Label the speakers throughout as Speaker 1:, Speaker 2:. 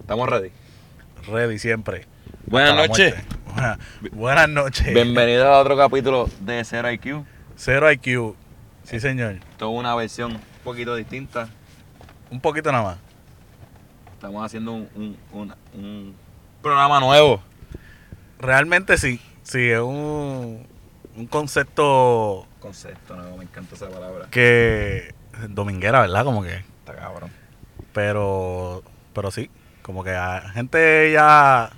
Speaker 1: Estamos ready.
Speaker 2: Ready siempre.
Speaker 1: Buenas
Speaker 2: Hasta la
Speaker 1: noches.
Speaker 2: muerte. Buena- buenas noches.
Speaker 1: Bienvenidos a otro capítulo de Zero IQ.
Speaker 2: Cero IQ. Sí, señor.
Speaker 1: Esto es una versión un poquito distinta.
Speaker 2: Un poquito nada más.
Speaker 1: Estamos haciendo un, un- un- un programa nuevo.
Speaker 2: Realmente sí. Sí, es un, un concepto
Speaker 1: Concepto nuevo, me encanta esa palabra.
Speaker 2: que. Dominguera, ¿verdad? Como que.
Speaker 1: Está cabrón.
Speaker 2: Pero. Pero sí. Como que a gente ya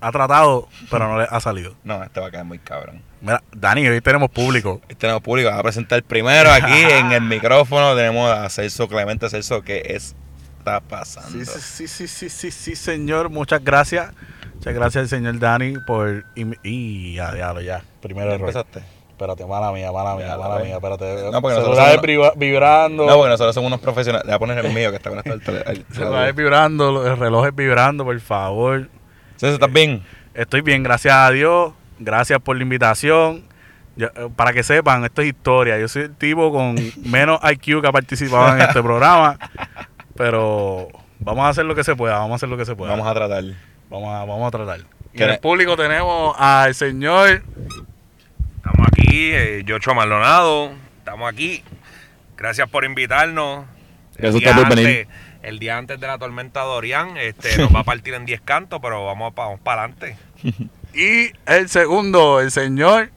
Speaker 2: ha tratado, pero no le ha salido.
Speaker 1: No, este va a quedar muy cabrón.
Speaker 2: Mira, Dani, hoy tenemos público.
Speaker 1: Este tenemos público. Vamos a presentar primero aquí en el micrófono. Tenemos a Celso Clemente Celso. ¿Qué es- está pasando?
Speaker 2: Sí, sí, sí, sí, sí, sí, sí, señor. Muchas gracias. Muchas gracias al señor Dani por... Y, y ya, diablo, ya. Primero
Speaker 1: ¿Ya
Speaker 2: error.
Speaker 1: empezaste?
Speaker 2: Espérate, mala mía, mala mía,
Speaker 1: Ya,
Speaker 2: mala
Speaker 1: la
Speaker 2: mía.
Speaker 1: ve.
Speaker 2: Espérate.
Speaker 1: No, porque nosotros
Speaker 2: Celulares
Speaker 1: somos-
Speaker 2: vibra- vibrando.
Speaker 1: No, porque nosotros somos unos profesionales. Le voy a poner el mío que está conectado al tele- al
Speaker 2: Celulares
Speaker 1: teléfono.
Speaker 2: vibrando, los relojes vibrando, por favor.
Speaker 1: Celso, ¿estás bien?
Speaker 2: Estoy bien, gracias a Dios. Gracias por la invitación. Yo, eh, para que sepan, esto es historia. Yo soy el tipo con menos IQ que ha participado en este programa. Pero vamos a hacer lo que se pueda, vamos a hacer lo que se pueda.
Speaker 1: Vamos a tratar.
Speaker 2: Vamos a, vamos a tratar. Y
Speaker 1: ¿Qué
Speaker 2: en el
Speaker 1: le-
Speaker 2: público tenemos al señor.
Speaker 3: Estamos aquí, eh, Yocho Maldonado, estamos aquí. Gracias por invitarnos.
Speaker 1: Gracias a usted por
Speaker 3: antes-
Speaker 1: venir.
Speaker 3: el día antes de la tormenta Dorian, este, nos va a partir en 10 cantos, pero vamos para adelante.
Speaker 2: Y el segundo, el señor.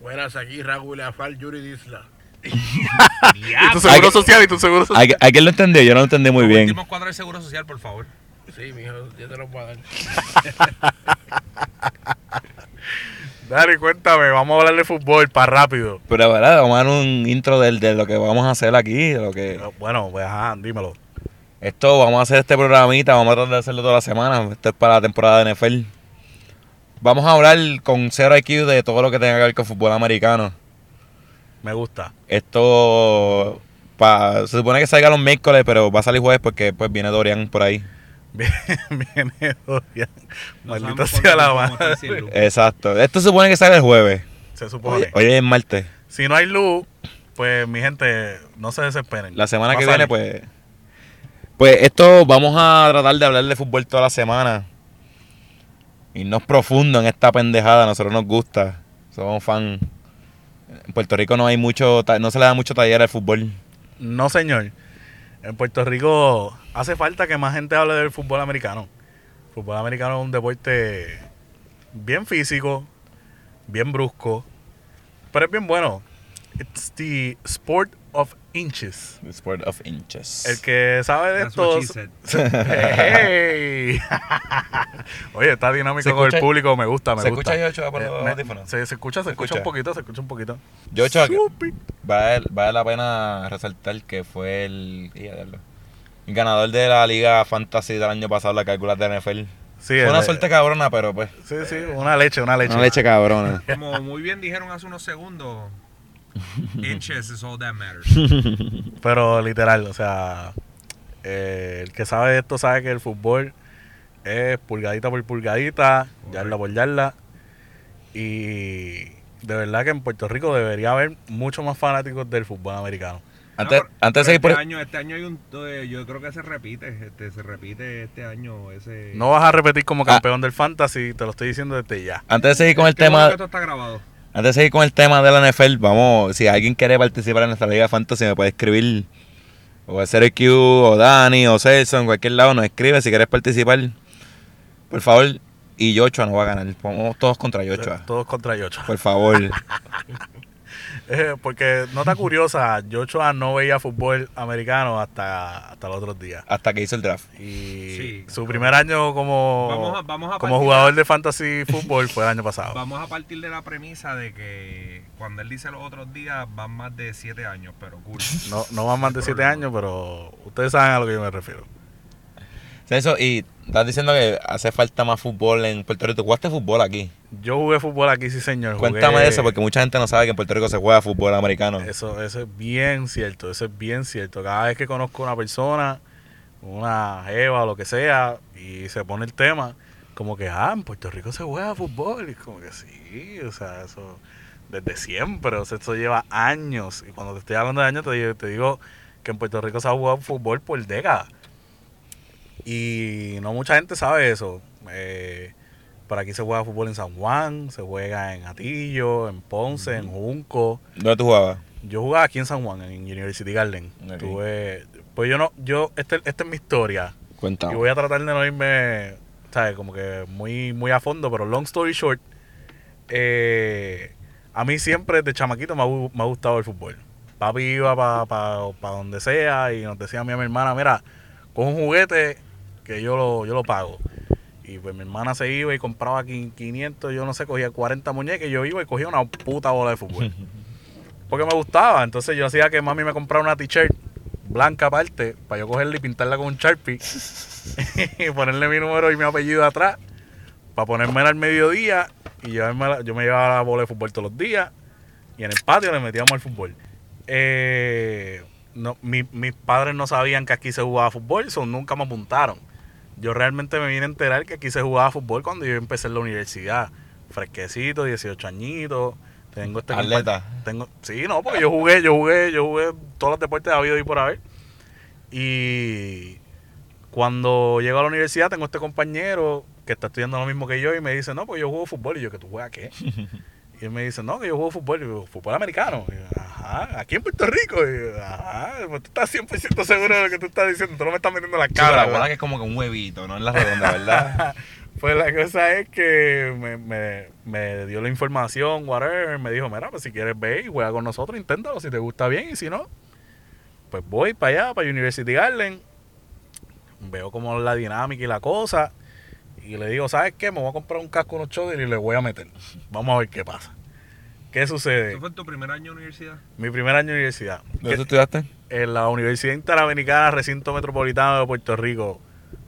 Speaker 4: Buenas, aquí Raúl Afal Yuri Disla.
Speaker 2: Y tu seguro
Speaker 1: Hay que-
Speaker 2: social, y tu seguro social.
Speaker 1: Aquí lo entendió, yo no lo entendí muy bien.
Speaker 3: Últimos cuadros del Seguro Social, por favor.
Speaker 4: Sí, mijo, yo te lo voy a dar.
Speaker 2: Dale, cuéntame, vamos a hablar de fútbol para rápido.
Speaker 1: Pero verdad, vamos a dar un intro del- de, lo que vamos a hacer aquí, de lo que
Speaker 2: Bueno, pues ajá, dímelo.
Speaker 1: esto, vamos a hacer este programita, vamos a tratar de hacerlo toda la semana, esto es para la temporada de NFL. Vamos a hablar con Zero IQ de todo lo que tenga que ver con fútbol americano.
Speaker 2: Me gusta.
Speaker 1: Esto pa- se supone que salga los miércoles, pero va a salir jueves porque pues viene Dorian por ahí.
Speaker 2: Viene Dorian. Maldita sea la madre.
Speaker 1: Exacto. Esto se supone que salga el jueves.
Speaker 2: Se
Speaker 1: Hoy,
Speaker 2: supone.
Speaker 1: hoy es martes.
Speaker 2: Si no hay luz, pues mi gente, no se desesperen.
Speaker 1: La semana
Speaker 2: Va
Speaker 1: que
Speaker 2: a
Speaker 1: viene,
Speaker 2: salir.
Speaker 1: pues. Pues esto vamos a tratar de hablar de fútbol toda la semana. Irnos profundo en esta pendejada. A nosotros nos gusta. Somos fan. En Puerto Rico no hay mucho. ta- No se le da mucho taller al fútbol.
Speaker 2: No, señor. En Puerto Rico hace falta que más gente hable del fútbol americano. El fútbol americano es un deporte bien físico, bien brusco, pero es bien bueno. It's the sport of inches.
Speaker 1: The sport of inches.
Speaker 2: El que sabe de
Speaker 3: That's what
Speaker 2: esto.
Speaker 3: she said.
Speaker 2: Hey. Oye, está dinámico
Speaker 1: ¿Se
Speaker 2: con el
Speaker 1: escucha-
Speaker 2: público, me gusta, me
Speaker 1: se
Speaker 2: gusta. Eh,
Speaker 1: escucha, Yocho, por los
Speaker 2: me-
Speaker 1: audífonos?
Speaker 2: se, se escucha, se,
Speaker 1: ¿Se
Speaker 2: escucha?
Speaker 1: escucha?
Speaker 2: un poquito, se escucha un poquito.
Speaker 1: Yocho, que-
Speaker 2: Supi.
Speaker 1: vale, vale la pena resaltar que fue el, ya, diablo. el ganador de la Liga Fantasy del año pasado, la calcula de NFL.
Speaker 2: Sí,
Speaker 1: Fue una
Speaker 2: el-
Speaker 1: suerte cabrona, pero pues.
Speaker 2: Sí, sí, una leche, una leche.
Speaker 1: Una leche cabrona.
Speaker 3: Como muy bien dijeron hace unos segundos, inches is all that matters.
Speaker 2: Pero literal, o sea, eh, el que sabe de esto sabe que el fútbol es pulgadita por pulgadita, yarda por yarda. Y de verdad que en Puerto Rico debería haber mucho más fanáticos del fútbol americano.
Speaker 1: Antes,
Speaker 3: No, pero-
Speaker 1: antes de seguir
Speaker 3: pero este
Speaker 1: por.
Speaker 3: año, este año hay un, eh, yo creo que se repite, este, se repite este año ese.
Speaker 2: No vas a repetir
Speaker 1: Ah.
Speaker 2: como campeón del fantasy, te lo estoy diciendo desde ya.
Speaker 1: Antes de seguir con el
Speaker 3: Qué bueno
Speaker 1: tema.
Speaker 3: Este que esto está grabado.
Speaker 1: Antes de seguir con el tema de la NFL, vamos, si alguien quiere participar en nuestra Liga Fantasy, me puede escribir. O a CRQ, o Dani, o Celso, en cualquier lado nos escribe si quieres participar. Por favor, y Yochoa no va a ganar. Vamos todos contra Yochoa.
Speaker 2: Todos contra Yochoa.
Speaker 1: Por favor.
Speaker 2: Eh, porque nota curiosa, Yochoa no veía fútbol americano hasta, hasta los otros días.
Speaker 1: Hasta que hizo el draft.
Speaker 2: Y
Speaker 3: Sí.
Speaker 2: su primer año como,
Speaker 3: Vamos a- vamos a
Speaker 2: como
Speaker 3: partir-
Speaker 2: jugador de fantasy fútbol fue el año
Speaker 1: Ah.
Speaker 2: pasado.
Speaker 3: Vamos a partir de la premisa de que cuando él dice los otros días van más de 7 años, pero cool.
Speaker 2: No, no van más de 7 años, pero ustedes saben a lo que yo me refiero.
Speaker 1: Celso, y estás diciendo que hace falta más fútbol en Puerto Rico. ¿Tú ¿Jugaste fútbol aquí?
Speaker 2: Yo jugué fútbol aquí, sí, señor. jugué-
Speaker 1: Cuéntame de eso, porque mucha gente no sabe que en Puerto Rico se juega fútbol americano.
Speaker 2: Eso, eso es bien cierto, eso es bien cierto. Cada vez que conozco a una persona, una jeva o lo que sea, y se pone el tema, como que, ah, en Puerto Rico se juega fútbol. Y es como que sí, o sea, eso desde siempre, o sea, eso lleva años. Y cuando te estoy hablando de años, te digo, te digo que en Puerto Rico se ha jugado fútbol por décadas. Y no mucha gente sabe eso. Eh, por aquí se juega fútbol en San Juan, se juega en Atillo, en Ponce, en Junco.
Speaker 1: ¿Dónde tú jugabas?
Speaker 2: Yo jugaba aquí en San Juan, en University Garden.
Speaker 1: Ok.
Speaker 2: Tuve- pues yo no, yo, este- esta es mi historia.
Speaker 1: Cuéntame.
Speaker 2: Y voy a tratar de no irme, ¿sabes? Como que muy, muy a fondo, pero long story short, eh, a mí siempre de chamaquito me ha, gu- me ha gustado el fútbol. Papi iba para donde sea y nos decía a mí y a mi hermana, mira, con un juguete que yo lo, yo lo pago. Y pues mi hermana se iba y compraba quin- 500, yo no sé, cogía 40 muñecas y yo iba y cogía una puta bola de fútbol. Porque me gustaba. Entonces yo hacía que mami me comprara una t-shirt blanca aparte para yo cogerla y pintarla con un Sharpie y ponerle mi número y mi apellido atrás para ponérmela al mediodía y llevármela, yo me llevaba la bola de fútbol todos los días y en el patio le metíamos al fútbol. Eh, no, mi- mis padres no sabían que aquí se jugaba fútbol, so nunca me apuntaron. Yo realmente me vine a enterar que aquí se jugaba fútbol cuando yo empecé en la universidad. Fresquecito, 18 añitos. Tengo este compa-
Speaker 1: Atleta.
Speaker 2: Tengo, sí, no, porque yo jugué, yo jugué, yo jugué todos los deportes de habido y por haber. Y cuando llego a la universidad tengo este compañero que está estudiando lo mismo que yo y me dice, no, pues yo juego fútbol. Y yo, ¿que tú juegas qué? Y él me dice, no, que yo juego fútbol. Y yo, fútbol americano. Y yo, ajá, aquí en Puerto Rico. Y yo, ajá, pues tú estás 100% seguro de lo que tú estás diciendo. Tú no me estás metiendo la
Speaker 1: Sí, pero
Speaker 2: cara.
Speaker 1: la bola
Speaker 2: ¿verdad?".
Speaker 1: que es como que un huevito, no es la redonda, ¿verdad?
Speaker 2: Pues la cosa es que me, me- me dio la información, whatever, me dijo, mira, pues si quieres ve y juega con nosotros, inténtalo, si te gusta bien, y si no, pues voy para allá, para University Garden, veo como la dinámica y la cosa, y le digo, ¿sabes qué? Me voy a comprar un casco, unos chodes y le voy a meter. Vamos a ver qué pasa. ¿Qué sucede?
Speaker 1: eh.
Speaker 3: ¿Eso fue tu primer año de universidad?
Speaker 2: Mi primer año de universidad.
Speaker 1: ¿Dónde tú estudiaste?
Speaker 2: En la Universidad Interamericana, recinto metropolitano de Puerto Rico,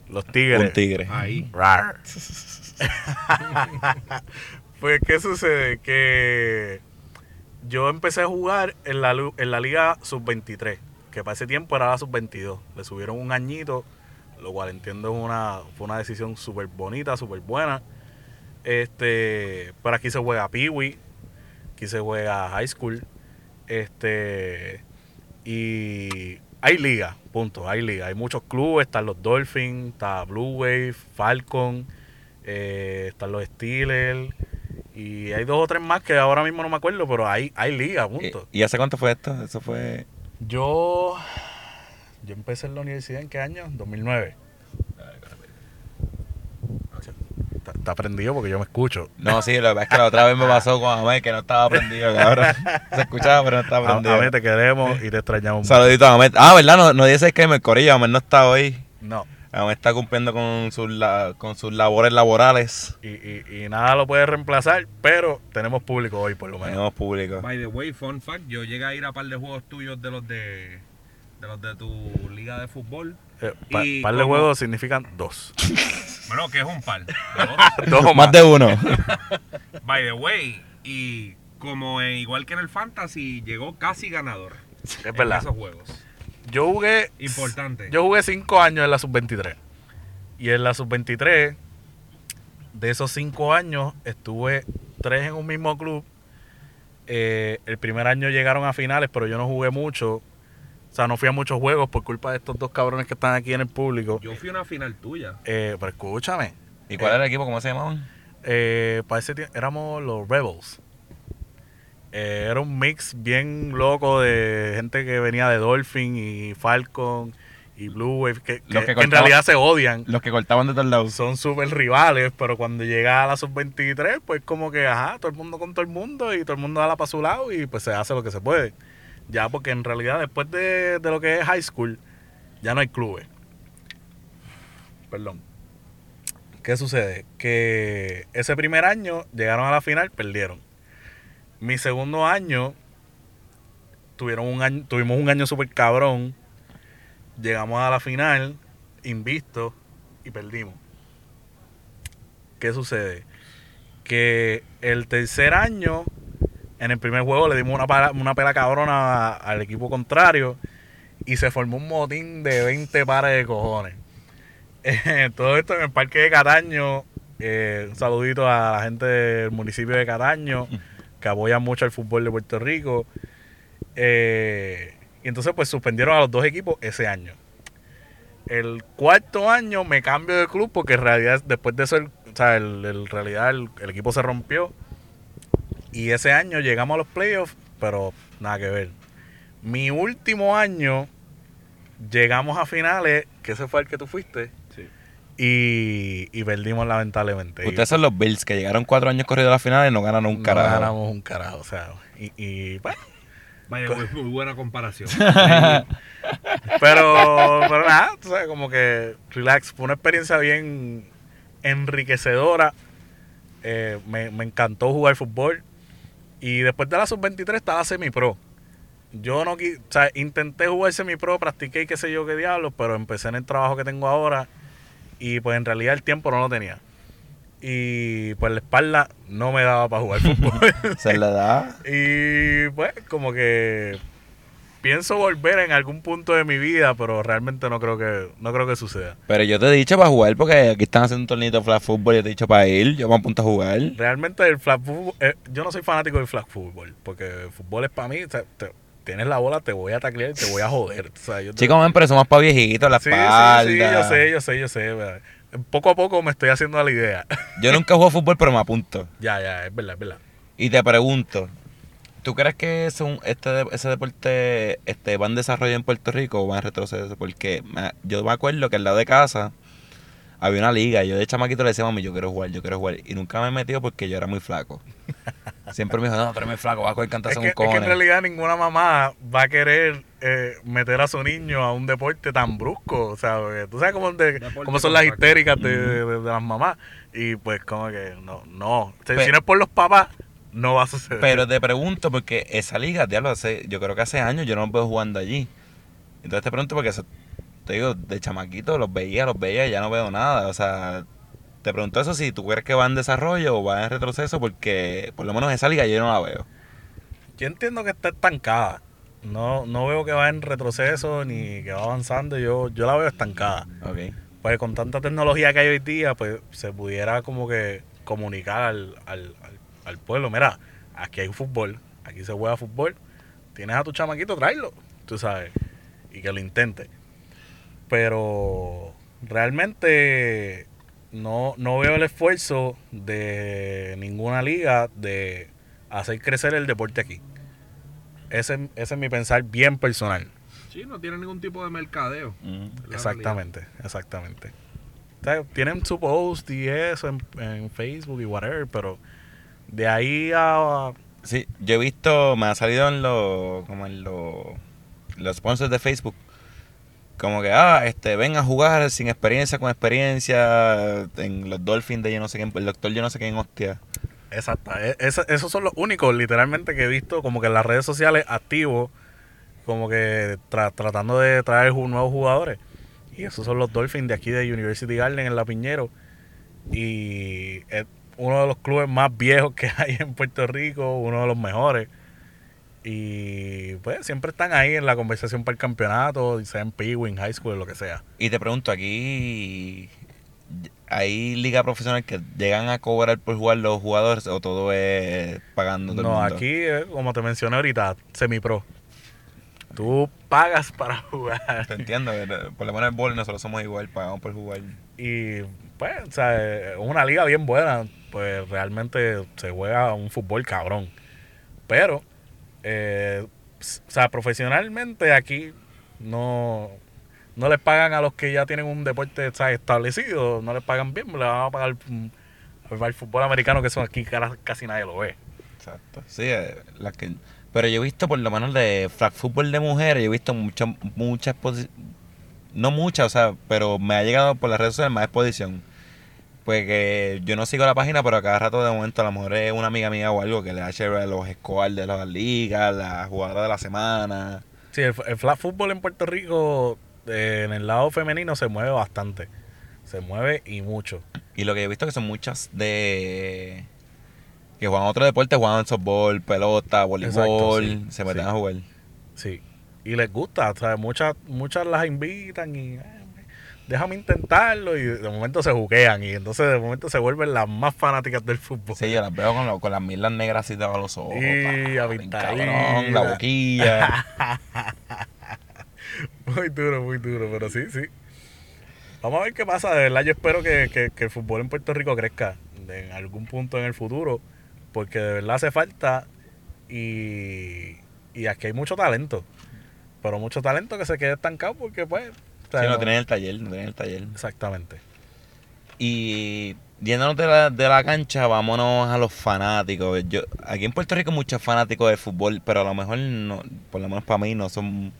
Speaker 2: los Tigres.
Speaker 1: Un tigre. Ah,
Speaker 3: Ahí.
Speaker 2: Rar. pues, ¿qué sucede? Que yo empecé a jugar en la, lu- en la liga sub-23, que para ese tiempo era la sub-22. Le subieron un añito, lo cual entiendo es una, fue una decisión súper bonita, súper buena. Este, por aquí se juega Peewee, aquí se juega High School, este, y hay liga, punto, hay liga. Hay muchos clubes, están los Dolphins, está Blue Wave, Falcon, eh, están los Steelers, y hay dos o tres más que ahora mismo no me acuerdo, pero hay, hay liga, punto.
Speaker 1: Eh, ¿Y, y hace cuánto fue esto? Eso fue.
Speaker 2: Yo, yo empecé en la universidad en qué año? 2009. Está, está prendido porque yo me escucho.
Speaker 1: No, sí, lo que pasa es que la otra vez me pasó con Amé que no estaba prendido, cabrón. Se escuchaba, pero no
Speaker 2: A,
Speaker 1: estaba prendido.
Speaker 2: a ver, te queremos y te extrañamos.
Speaker 1: Saludito a Ahmed. Ah, ¿verdad? No, no dices que me corrillo. Ahmed no está hoy.
Speaker 2: No,
Speaker 1: Ahmed está cumpliendo con sus, la- con sus labores laborales.
Speaker 2: y, y- y nada lo puede reemplazar, pero tenemos público hoy por lo menos.
Speaker 1: Tenemos público.
Speaker 3: By the way, fun fact, yo llegué a ir a par de juegos tuyos de los de, de los de tu liga de fútbol.
Speaker 2: Eh, pa-
Speaker 3: Y
Speaker 2: par de
Speaker 3: como-
Speaker 2: juegos significan dos.
Speaker 3: Bueno, que es un par. de dos.
Speaker 2: dos o
Speaker 1: Más de uno.
Speaker 3: By the way, y como en- igual que en el fantasy, llegó casi ganador
Speaker 2: Es
Speaker 3: en
Speaker 2: verdad.
Speaker 3: esos juegos.
Speaker 2: Yo jugué.
Speaker 3: Importante.
Speaker 2: Yo jugué cinco años en la sub-23. Y en la sub-23, de esos cinco años, estuve tres en un mismo club. Eh, el primer año llegaron a finales, pero yo no jugué mucho. O sea, no fui a muchos juegos por culpa de estos dos cabrones que están aquí en el público.
Speaker 3: Yo fui a una final tuya.
Speaker 2: Eh, pero escúchame,
Speaker 1: ¿Y cuál era el equipo? ¿Cómo se llamaban?
Speaker 2: eh, para ese tiempo éramos los Rebels. Eh, era un mix bien loco de gente que venía de Dolphin y Falcon y Blue Wave, que,
Speaker 1: Los
Speaker 2: que-
Speaker 1: que
Speaker 2: que en
Speaker 1: cortaban-
Speaker 2: realidad se odian.
Speaker 1: Los que cortaban de todos lados.
Speaker 2: Son súper rivales, pero cuando llega a la sub-23, pues como que, ajá, todo el mundo con todo el mundo y todo el mundo da la para su lado y pues se hace lo que se puede. Ya, porque en realidad después de, de lo que es high school, ya no hay clubes. Perdón. ¿Qué sucede? Que ese primer año llegaron a la final, perdieron. Mi segundo año, tuvieron un año tuvimos un año súper cabrón. Llegamos a la final, invisto, y perdimos. ¿Qué sucede? Que el tercer año, en el primer juego, le dimos una, pala- una pela cabrona a- al equipo contrario y se formó un motín de 20 pares de cojones. Eh, todo esto en el parque de Cataño. Eh, un saludito a la gente del municipio de Cataño que apoya mucho al fútbol de Puerto Rico. Eh, y entonces, pues suspendieron a los dos equipos ese año. el cuarto año me cambio de club porque en realidad después de eso, el, o sea, el- el- en realidad el, el equipo se rompió. Y ese año llegamos a los playoffs, pero nada que ver. Mi último año llegamos a finales, que ese fue el que tú fuiste,
Speaker 3: Sí.
Speaker 2: y, y perdimos lamentablemente.
Speaker 1: Ustedes son los Bills que llegaron cuatron años corridos a la final y no ganaron
Speaker 2: Y
Speaker 1: un
Speaker 2: no
Speaker 1: carajo.
Speaker 2: ganamos un carajo, o sea, y, y, pues, bueno,
Speaker 3: Vaya, muy, muy buena comparación.
Speaker 2: Pero, pero nada, tú sabes, como que relax. Fue una experiencia bien enriquecedora. Eh, me, me encantó jugar fútbol. Y después de la sub-23 estaba semi-pro. Yo no qui- o sea, intenté jugar semi-pro, practiqué y qué sé yo qué diablos, pero empecé en el trabajo que tengo ahora. Y pues en realidad el tiempo no lo tenía. Y pues la espalda no me daba para jugar fútbol.
Speaker 1: Se le da.
Speaker 2: Y pues, como que pienso volver en algún punto de mi vida, pero realmente no creo que no creo que suceda.
Speaker 1: Pero yo te he dicho para jugar porque aquí están haciendo un tornito de flag football. Yo te he dicho para ir. Yo me apunto a jugar.
Speaker 2: Realmente el flag fútbol, eh, yo no soy fanático del flag fútbol, porque el fútbol es para mí, o sea, te- tienes la bola, te voy a taclear y te voy a joder. O sea, yo te-
Speaker 1: Chicos, ven, pero somos para viejitos, la
Speaker 2: sí,
Speaker 1: espalda.
Speaker 2: sí, sí, yo sé, yo sé, yo sé. ¿verdad? Poco a poco me estoy haciendo la idea.
Speaker 1: Yo nunca juego fútbol, pero me apunto.
Speaker 2: ya, ya, es verdad, es verdad.
Speaker 1: Y te pregunto, ¿tú crees que es un- este, de- ese deporte este, va en desarrollo en Puerto Rico o va en retroceso? Porque me- yo me acuerdo que al lado de casa había una liga y yo de chamaquito le decía, mami, yo quiero jugar, yo quiero jugar. Y nunca me he metido porque yo era muy flaco. Siempre me dijo, no, tú eres muy flaco, vas a coger
Speaker 2: Es
Speaker 1: cantazo
Speaker 2: que,
Speaker 1: un
Speaker 2: es que en
Speaker 1: cone.
Speaker 2: realidad ninguna mamá va a querer eh, meter a su niño a un deporte tan brusco. O sea, porque tú sabes cómo, de-
Speaker 3: Deporte
Speaker 2: cómo son las
Speaker 3: compacto.
Speaker 2: histéricas de, de- de las mamás. Y pues como que no, no. O sea,
Speaker 1: Pe-
Speaker 2: si no es por los papás, no va a suceder.
Speaker 1: Pero te pregunto, porque esa liga, diablo, hace, yo creo que hace años yo no los veo jugando allí. Entonces te pregunto porque eso- te digo, de chamaquito los veía, los veía y ya no veo nada. O sea, te pregunto eso si tú crees que va en desarrollo o va en retroceso, porque por lo menos esa liga yo no la veo.
Speaker 2: Yo entiendo que está estancada. No, no veo que va en retroceso ni que va avanzando. Yo, yo la veo estancada.
Speaker 1: Ok.
Speaker 2: Pues con tanta tecnología que hay hoy día, pues se pudiera como que comunicar al, al- al- al pueblo. Mira, aquí hay fútbol, aquí se juega fútbol. Tienes a tu chamaquito, tráelo, tú sabes, y que lo intente. Pero realmente no, no veo el esfuerzo de ninguna liga de hacer crecer el deporte aquí. Ese, ese es mi pensar bien personal.
Speaker 3: sí, no tiene ningún tipo de mercadeo.
Speaker 1: Mm.
Speaker 3: es la
Speaker 2: Exactamente, exactamente. O sea, tienen su post y eso en, en Facebook y whatever, pero de ahí a...
Speaker 1: Sí, yo he visto, me ha salido en los, como en los, los sponsors de Facebook, como que, ah, este, ven a jugar sin experiencia, con experiencia, en los Dolphins de yo no sé quién, el doctor yo no sé quién, hostia.
Speaker 2: Exacta, e- esa- esos son los únicos literalmente que he visto como que en las redes sociales activos, como que tra- tratando de traer ju- nuevos jugadores. Y esos son los Dolphins de aquí de University Garden en La Piñero. Y es uno de los clubes más viejos que hay en Puerto Rico, uno de los mejores. Y pues siempre están ahí en la conversación para el campeonato, sea en Peewee, en High School, lo que sea.
Speaker 1: Y te pregunto, aquí hay liga profesional que llegan a cobrar por jugar los jugadores o todo es pagando todo el
Speaker 2: No,
Speaker 1: mundo?
Speaker 2: aquí, eh, como te mencioné ahorita, semipro. Tú pagas para jugar.
Speaker 1: Te entiendo, pero por lo menos el bol nosotros somos igual, pagamos por jugar.
Speaker 2: Y pues, o sea, es una liga bien buena. Pues realmente se juega un fútbol cabrón. Pero, eh, s- o sea, profesionalmente aquí no, no les pagan a los que ya tienen un deporte o sea, establecido. No les pagan bien, le van a pagar mm, al fútbol americano, que son aquí cara- casi nadie lo ve.
Speaker 1: Exacto. Sí, eh, la que, pero yo he visto por lo menos de flag fútbol de mujeres, yo he visto muchas, muchas, posi- no muchas, o sea, pero me ha llegado por las redes sociales más exposición. Pues que yo no sigo la página, pero a cada rato de momento a lo mejor es una amiga mía o algo que le da chévere a los score de las ligas, la jugadora de la semana.
Speaker 2: Sí, el, el flag fútbol en Puerto Rico, eh, en el lado femenino, se mueve bastante. Se mueve y mucho.
Speaker 1: Y lo que yo he visto que son muchas de... Que juegan otro deporte, juegan softball, pelota, voleibol,
Speaker 2: Exacto, sí,
Speaker 1: se meten
Speaker 2: sí.
Speaker 1: a jugar.
Speaker 2: Sí. Y les gusta, o sea, muchas, muchas las invitan y "Ah, déjame intentarlo y de momento se juquean y entonces de momento se vuelven las más fanáticas del fútbol.
Speaker 1: Sí, yo las veo con, lo- con las milas negras así debajo de los ojos.
Speaker 2: Y
Speaker 1: pa,
Speaker 2: aventadita.
Speaker 1: cabrón, la boquilla.
Speaker 2: Muy duro, muy duro, pero sí, sí. Vamos a ver qué pasa. De verdad, yo espero que, que- que el fútbol en Puerto Rico crezca en algún punto en el futuro, porque de verdad hace falta y, y aquí hay mucho talento, pero mucho talento que se quede estancado porque, pues, o sea,
Speaker 1: Sí, no
Speaker 2: no-
Speaker 1: tienen el taller, no tienen el taller.
Speaker 2: exactamente.
Speaker 1: Y yéndonos de la, de la cancha, vámonos a los fanáticos. Yo, aquí en Puerto Rico hay muchos fanáticos de fútbol, pero a lo mejor, no, por lo menos para mí, no son...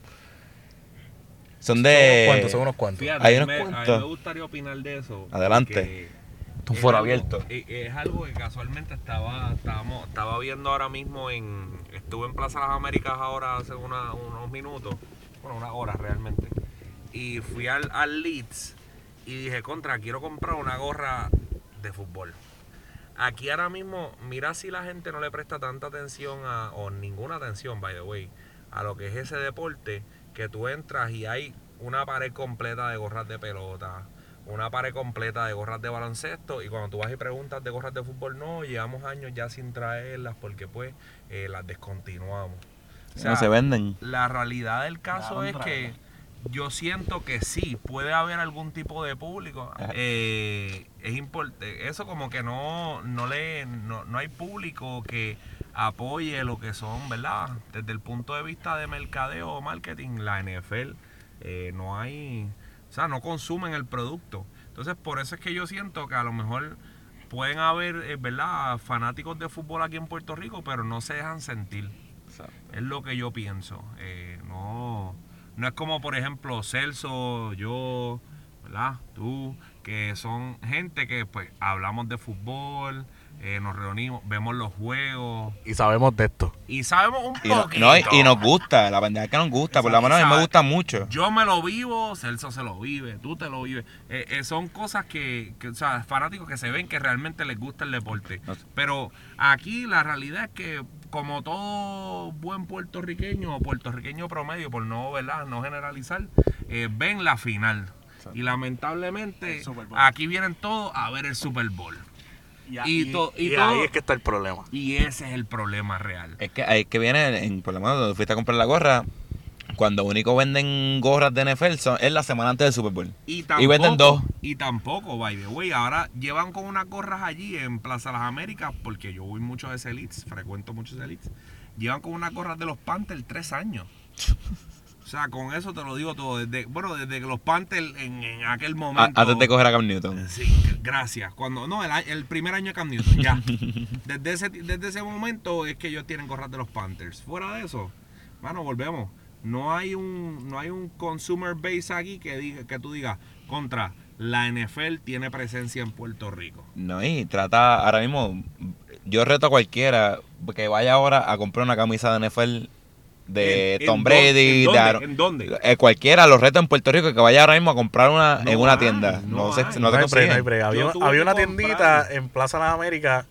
Speaker 1: Son de...
Speaker 2: Son unos cuantos, son unos cuantos.
Speaker 1: Hay
Speaker 5: Fíjate, a mí
Speaker 1: unos
Speaker 5: me- a mí
Speaker 1: cuantos.
Speaker 5: me gustaría opinar de eso.
Speaker 1: Adelante.
Speaker 5: porque
Speaker 1: Tu
Speaker 5: es
Speaker 1: foro
Speaker 5: algo-
Speaker 1: abierto.
Speaker 5: Es, es algo que casualmente estaba, estábamos, estaba viendo ahora mismo en. Estuve en Plaza Las Américas ahora hace una- unos minutos. Bueno, una hora realmente. Y fui al, al Leeds y dije, contra, quiero comprar una gorra de fútbol. Aquí ahora mismo, mira si la gente no le presta tanta atención a, o ninguna atención, by the way, a lo que es ese deporte, que tú entras y hay una pared completa de gorras de pelota, una pared completa de gorras de baloncesto, y cuando tú vas y preguntas de gorras de fútbol, no, llevamos años ya sin traerlas porque pues eh, las descontinuamos. O sea,
Speaker 1: no se venden.
Speaker 5: la realidad del caso es que yo siento que sí, puede haber algún tipo de público.
Speaker 1: Ajá.
Speaker 5: Eh, es importante. Eso como que no, no le, no, no hay público que apoye lo que son, ¿verdad? Desde el punto de vista de mercadeo o marketing, la NFL eh, no hay, o sea, no consumen el producto. Entonces, por eso es que yo siento que a lo mejor pueden haber, eh, ¿verdad? Fanáticos de fútbol aquí en Puerto Rico, pero no se dejan sentir. Es lo que yo pienso. Eh, no, no es como, por ejemplo, Celso, yo, ¿verdad? Tú, que son gente que pues hablamos de fútbol, eh, nos reunimos, vemos los juegos
Speaker 2: Y sabemos de esto.
Speaker 5: y sabemos un
Speaker 1: Y, no-
Speaker 5: poquito.
Speaker 1: no, y, y nos gusta, la pendeja es que nos gusta, por lo menos a mí me gusta mucho.
Speaker 5: Yo me lo vivo, Celso se lo vive, tú te lo vives. Eh, eh, son cosas que, que, o sea, fanáticos que se ven que realmente les gusta el deporte.
Speaker 1: No sé.
Speaker 5: Pero aquí la realidad es que, como todo buen puertorriqueño o puertorriqueño promedio, por no, ¿verdad? no generalizar, eh, ven la final. Y lamentablemente, aquí vienen todos a ver el Super Bowl. Y to- y
Speaker 2: y
Speaker 5: todo-
Speaker 2: ahí es que está el problema.
Speaker 5: Y ese es el problema real.
Speaker 1: Es que ahí es que viene, en, por lo menos donde fuiste a comprar la gorra, cuando único venden gorras de NFL son- es la semana antes del Super Bowl.
Speaker 5: Y,
Speaker 1: Y venden dos.
Speaker 5: Y tampoco, by the way, ahora llevan con unas gorras allí en Plaza Las Américas, porque yo voy mucho a ese Leeds, frecuento mucho ese Leeds. Llevan con unas gorras de los Panthers tres años. O sea, con eso te lo digo todo. Desde, bueno, desde que los Panthers en, en aquel
Speaker 1: A-
Speaker 5: momento.
Speaker 1: antes de coger a Cam Newton.
Speaker 5: Sí, gracias. Cuando, no, el, a- el primer año de Cam Newton, ya. Desde ese, desde ese momento es que ellos tienen gorras de los Panthers. Fuera de eso, mano, volvemos. No hay un, no hay un consumer base aquí que diga, que tú digas, contra, la NFL tiene presencia en Puerto Rico.
Speaker 1: No, y trata ahora mismo. Yo reto a cualquiera que vaya ahora a comprar una camisa de NFL de
Speaker 5: ¿En- en
Speaker 1: Tom
Speaker 5: dó-
Speaker 1: Brady,
Speaker 5: en
Speaker 1: de
Speaker 5: dónde?
Speaker 1: Aaron-
Speaker 5: ¿En dónde?
Speaker 1: eh, cualquiera los reto en Puerto Rico que vaya ahora mismo a comprar una
Speaker 5: No
Speaker 1: en una
Speaker 5: hay,
Speaker 1: tienda. No,
Speaker 5: no
Speaker 1: se,
Speaker 5: hay.
Speaker 1: no se
Speaker 2: hay
Speaker 1: consiguen.
Speaker 2: break, no hay break.
Speaker 5: Yo
Speaker 2: Había,
Speaker 5: tuve
Speaker 2: había
Speaker 5: que
Speaker 2: una
Speaker 5: comprar.
Speaker 2: tiendita en Plaza Las Américas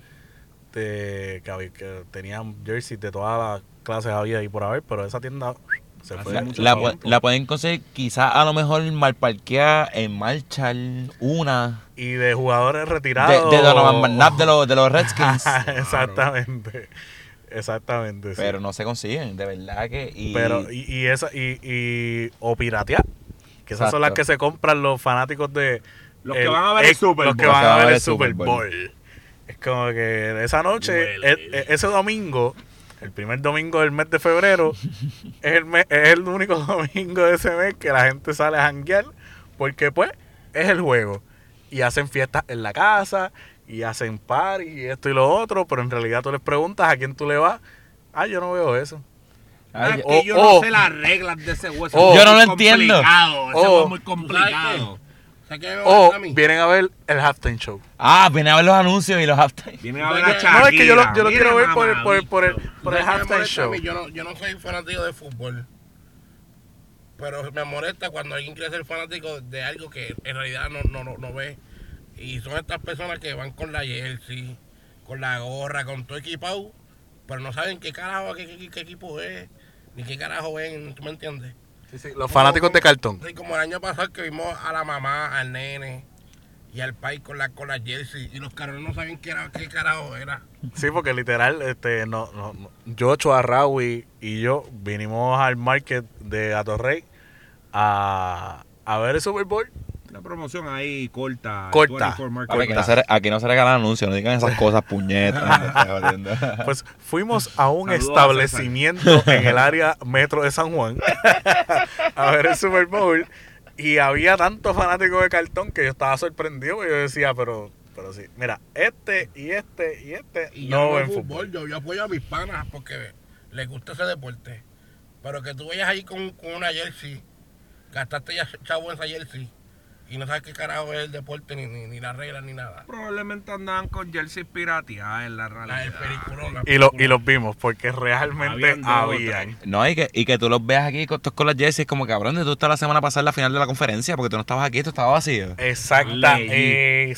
Speaker 2: de, que, había- que tenían jerseys de todas las clases había y por haber, pero esa tienda se
Speaker 5: Hace
Speaker 2: fue.
Speaker 1: La,
Speaker 5: mucho
Speaker 1: la
Speaker 5: tiempo.
Speaker 1: pu- la pueden conseguir quizás a lo mejor mal parqueada, en marchar, una.
Speaker 2: y de jugadores
Speaker 1: De,
Speaker 2: retirados.
Speaker 1: de Donovan McNabb de los, de los Redskins.
Speaker 2: exactamente. Exactamente. sí.
Speaker 1: pero no se consiguen, de verdad que. Y,
Speaker 2: Pero, y, y esa, y, y- o piratear. Que esas
Speaker 1: Exacto.
Speaker 2: son las que se compran los fanáticos de.
Speaker 5: Los que van a ver el
Speaker 2: ex-
Speaker 5: Super
Speaker 2: Los que
Speaker 5: Bowl.
Speaker 2: van
Speaker 1: Los
Speaker 2: a ver el Super Bowl. Es como que esa noche,
Speaker 5: Duele.
Speaker 2: e- e- ese domingo, el primer domingo del mes de febrero, es, el mes- es el único domingo de ese mes que la gente sale a janguear. Porque, pues, es el juego. Y hacen fiestas en la casa, y hacen par, y esto y lo otro. Pero en realidad tú les preguntas a quién tú le vas. Ah, yo no veo eso.
Speaker 1: Ay, oh,
Speaker 2: o- o-
Speaker 5: las reglas de ese hueso.
Speaker 2: o-
Speaker 5: es
Speaker 1: Yo
Speaker 5: muy
Speaker 1: no lo entiendo.
Speaker 5: complicado, ese
Speaker 2: O-
Speaker 1: Oh.
Speaker 5: juego es muy
Speaker 4: ¿Sabes qué me
Speaker 2: O
Speaker 4: gusta a mí?
Speaker 2: vienen a ver el halftime show.
Speaker 1: ah, viene a ver los anuncios y los halftime.
Speaker 5: Viene
Speaker 4: No, es que
Speaker 2: No, es que yo lo, yo lo
Speaker 5: Mira,
Speaker 2: quiero ver por el,
Speaker 5: mamá,
Speaker 2: por el, por el,
Speaker 5: bicho.
Speaker 2: por el
Speaker 4: ¿Sabes qué me
Speaker 2: halftime
Speaker 4: molesta a
Speaker 2: show.
Speaker 4: mí? Yo no, yo no soy fanático de fútbol. Pero me molesta cuando alguien quiere ser fanático de algo que en realidad no, no, no, no ve. Y son estas personas que van con la jersey, con la gorra, con todo equipado, pero no saben qué carajo, qué, qué- qué equipo es, ni qué carajo ven, ¿tú me entiendes?
Speaker 2: Los fanáticos de cartón.
Speaker 4: Sí, como el año pasado que vimos a la mamá, al nene y al país con la, con la jersey y los carones no sabían qué, era, qué carajo era.
Speaker 2: Sí, porque literal, este, no, no, no. Yocho Arrawi y yo vinimos al market de Atorrey a, a ver el Super Bowl.
Speaker 5: Una promoción ahí corta.
Speaker 2: Corta.
Speaker 5: 24 market.
Speaker 1: Papi, Aquí, no se, re- aquí no se regalan anuncios, no digan esas cosas, puñetas. me estás jodiendo.
Speaker 2: Pues fuimos a un
Speaker 5: Saludos a
Speaker 2: establecimiento en el área metro de San Juan a ver el Super Bowl y había tantos fanáticos de cartón que yo estaba sorprendido y yo decía, pero, pero sí, mira, este y este y este
Speaker 4: Y yo
Speaker 2: no
Speaker 4: no
Speaker 2: ven
Speaker 4: veo
Speaker 2: fútbol.
Speaker 4: fútbol, yo, yo apoyo a mis panas porque les gusta ese deporte. Pero que tú vayas ahí con, con una jersey, gastaste ya chavo en esa jersey y no sabes qué carajo es el deporte, ni, ni, ni las reglas, ni nada.
Speaker 5: Probablemente andaban con jerseys pirateadas en la
Speaker 4: La del
Speaker 5: realidad.
Speaker 4: periculón, la
Speaker 2: Y, lo- y
Speaker 4: película.
Speaker 2: los vimos porque realmente
Speaker 5: Habían dos o
Speaker 2: habían.
Speaker 1: No, y que, y que tú los veas aquí con, con las jerseys, como cabrón, tú estás la semana pasada en la final de la conferencia porque tú no estabas aquí, tú estabas vacío.
Speaker 2: Exacta,
Speaker 5: Leí.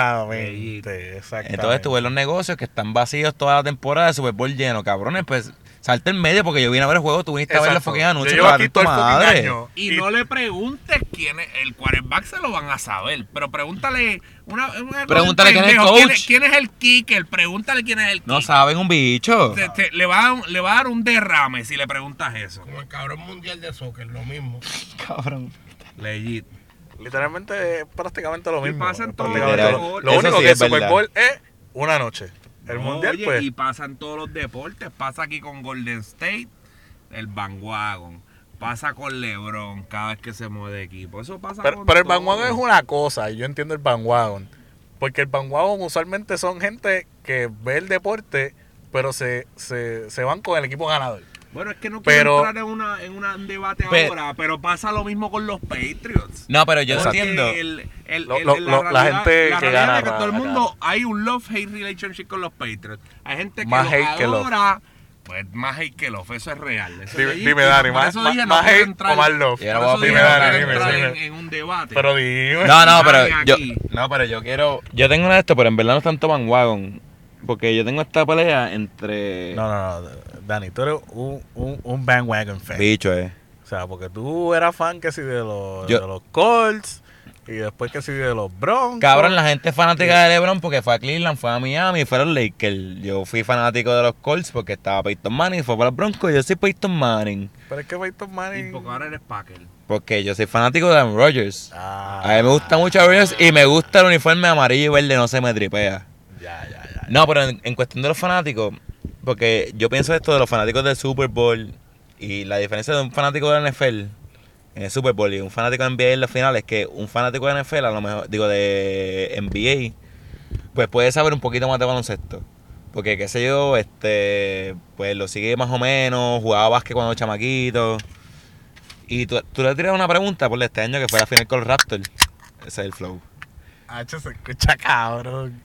Speaker 2: exactamente, exactamente.
Speaker 1: Entonces tú ves los negocios que están vacíos toda la temporada de Super Bowl lleno, cabrones, pues salte en medio porque yo vine a ver el juego, tú viniste a ver los
Speaker 2: Exacto.
Speaker 1: fucking
Speaker 2: Yo
Speaker 1: anuncios.
Speaker 2: llevo
Speaker 1: cabrón,
Speaker 2: aquí
Speaker 1: tu
Speaker 2: todo el fucking
Speaker 1: madre.
Speaker 2: año.
Speaker 5: Y no le preguntes quién es el quarterback, se lo van a saber. Pero pregúntale. Una, una-
Speaker 1: Pregúntale quién es el
Speaker 5: pendejo, ¿Quién,
Speaker 1: coach.
Speaker 5: es- quién es el kicker? Pregúntale quién es el
Speaker 1: No
Speaker 5: kicker.
Speaker 1: saben un bicho.
Speaker 5: Te- te- le, va a, dar un- le va a dar un derrame si le preguntas eso.
Speaker 4: Como el cabrón mundial de soccer, lo mismo.
Speaker 1: Cabrón.
Speaker 5: Legit.
Speaker 2: Literalmente es prácticamente lo
Speaker 5: Y
Speaker 2: mismo.
Speaker 5: pasan todos
Speaker 1: los
Speaker 2: prácticamente lo-
Speaker 5: deportes.
Speaker 2: lo
Speaker 1: Eso
Speaker 2: único
Speaker 1: sí
Speaker 2: que el
Speaker 1: es
Speaker 2: Super
Speaker 1: verdad.
Speaker 2: Bowl es una noche. El mundial,
Speaker 5: Oye,
Speaker 2: pues.
Speaker 5: Y pasa en todos los deportes. Pasa aquí con Golden State, el bandwagon. Pasa con LeBron cada vez que se mueve de equipo. Eso pasa
Speaker 2: Pero,
Speaker 5: con
Speaker 2: pero el
Speaker 5: todo.
Speaker 2: bandwagon es una cosa, y yo entiendo el bandwagon. Porque el bandwagon usualmente son gente que ve el deporte, pero se, se, se van con el equipo ganador.
Speaker 5: Bueno, es que no
Speaker 2: Pero-
Speaker 5: quiero entrar en, una, en una- un debate
Speaker 1: Pe-
Speaker 5: ahora, pero pasa lo mismo con los Patriots.
Speaker 1: No, pero yo
Speaker 5: Porque
Speaker 1: entiendo.
Speaker 5: el- el-
Speaker 2: Lo-
Speaker 5: el-
Speaker 2: lo- lo- la gente
Speaker 5: la
Speaker 2: que
Speaker 5: realidad
Speaker 2: gana
Speaker 5: es que todo el
Speaker 2: acá.
Speaker 5: mundo hay un love-hate relationship con los Patriots. Hay gente que
Speaker 2: Más
Speaker 5: los
Speaker 2: hate que love.
Speaker 5: adora, pues más hate que love. Eso es real. Eso
Speaker 2: Dime,
Speaker 5: es
Speaker 2: dime,
Speaker 5: legítimo.
Speaker 2: Dani,
Speaker 5: Por
Speaker 2: más,
Speaker 5: eso
Speaker 2: más,
Speaker 5: dije, no
Speaker 2: más
Speaker 5: quiero
Speaker 2: hate
Speaker 5: entrar-
Speaker 2: o más love.
Speaker 1: Y ahora
Speaker 5: por
Speaker 1: voy a
Speaker 5: eso dije,
Speaker 1: opinar,
Speaker 5: no quiero
Speaker 1: Dani, dime,
Speaker 5: entrar
Speaker 2: dime.
Speaker 5: En, en un debate.
Speaker 2: Pero dime.
Speaker 1: No, no, pero
Speaker 5: Nadie
Speaker 1: yo,
Speaker 5: aquí.
Speaker 1: no, pero yo quiero. Yo tengo una de estas, pero en verdad no es tanto bandwagon. Porque yo tengo esta pelea entre.
Speaker 2: No, no, no, Dani, tú eres un, un, un bandwagon fan.
Speaker 1: Bicho, eh.
Speaker 2: O sea, porque tú eras fan que si de los,
Speaker 1: Yo-
Speaker 2: de los Colts, y después que si de los Broncos.
Speaker 1: Cabrón, la gente es fanática de LeBron porque fue a Cleveland, fue a Miami, fue a los Lakers. Yo fui fanático de los Colts porque estaba Peyton Manning, fue para los Broncos. Yo soy Peyton Manning
Speaker 2: Pero es que Peyton
Speaker 5: Y
Speaker 2: Manning...
Speaker 5: porque ahora eres Packer.
Speaker 1: porque yo soy fanático de Aaron Rodgers.
Speaker 2: Ah,
Speaker 1: A mí me gusta mucho Aaron Rodgers y me gusta el uniforme amarillo y verde, no se me tripea.
Speaker 2: Ya, ya, ya.
Speaker 1: No, pero en, en cuestión de los fanáticos, porque yo pienso esto de los fanáticos del Super Bowl y la diferencia de un fanático de NFL en el Super Bowl y un fanático de NBA en la final es que un fanático de NFL, a lo mejor, digo, de NBA, pues puede saber un poquito más de baloncesto. Porque, qué sé yo, este, pues lo sigue más o menos, jugaba básquet cuando chamaquito. Y tú, tú le tiras una pregunta por este año que fue la final con los Raptors. Ese es el flow.
Speaker 2: Hacho se escucha cabrón.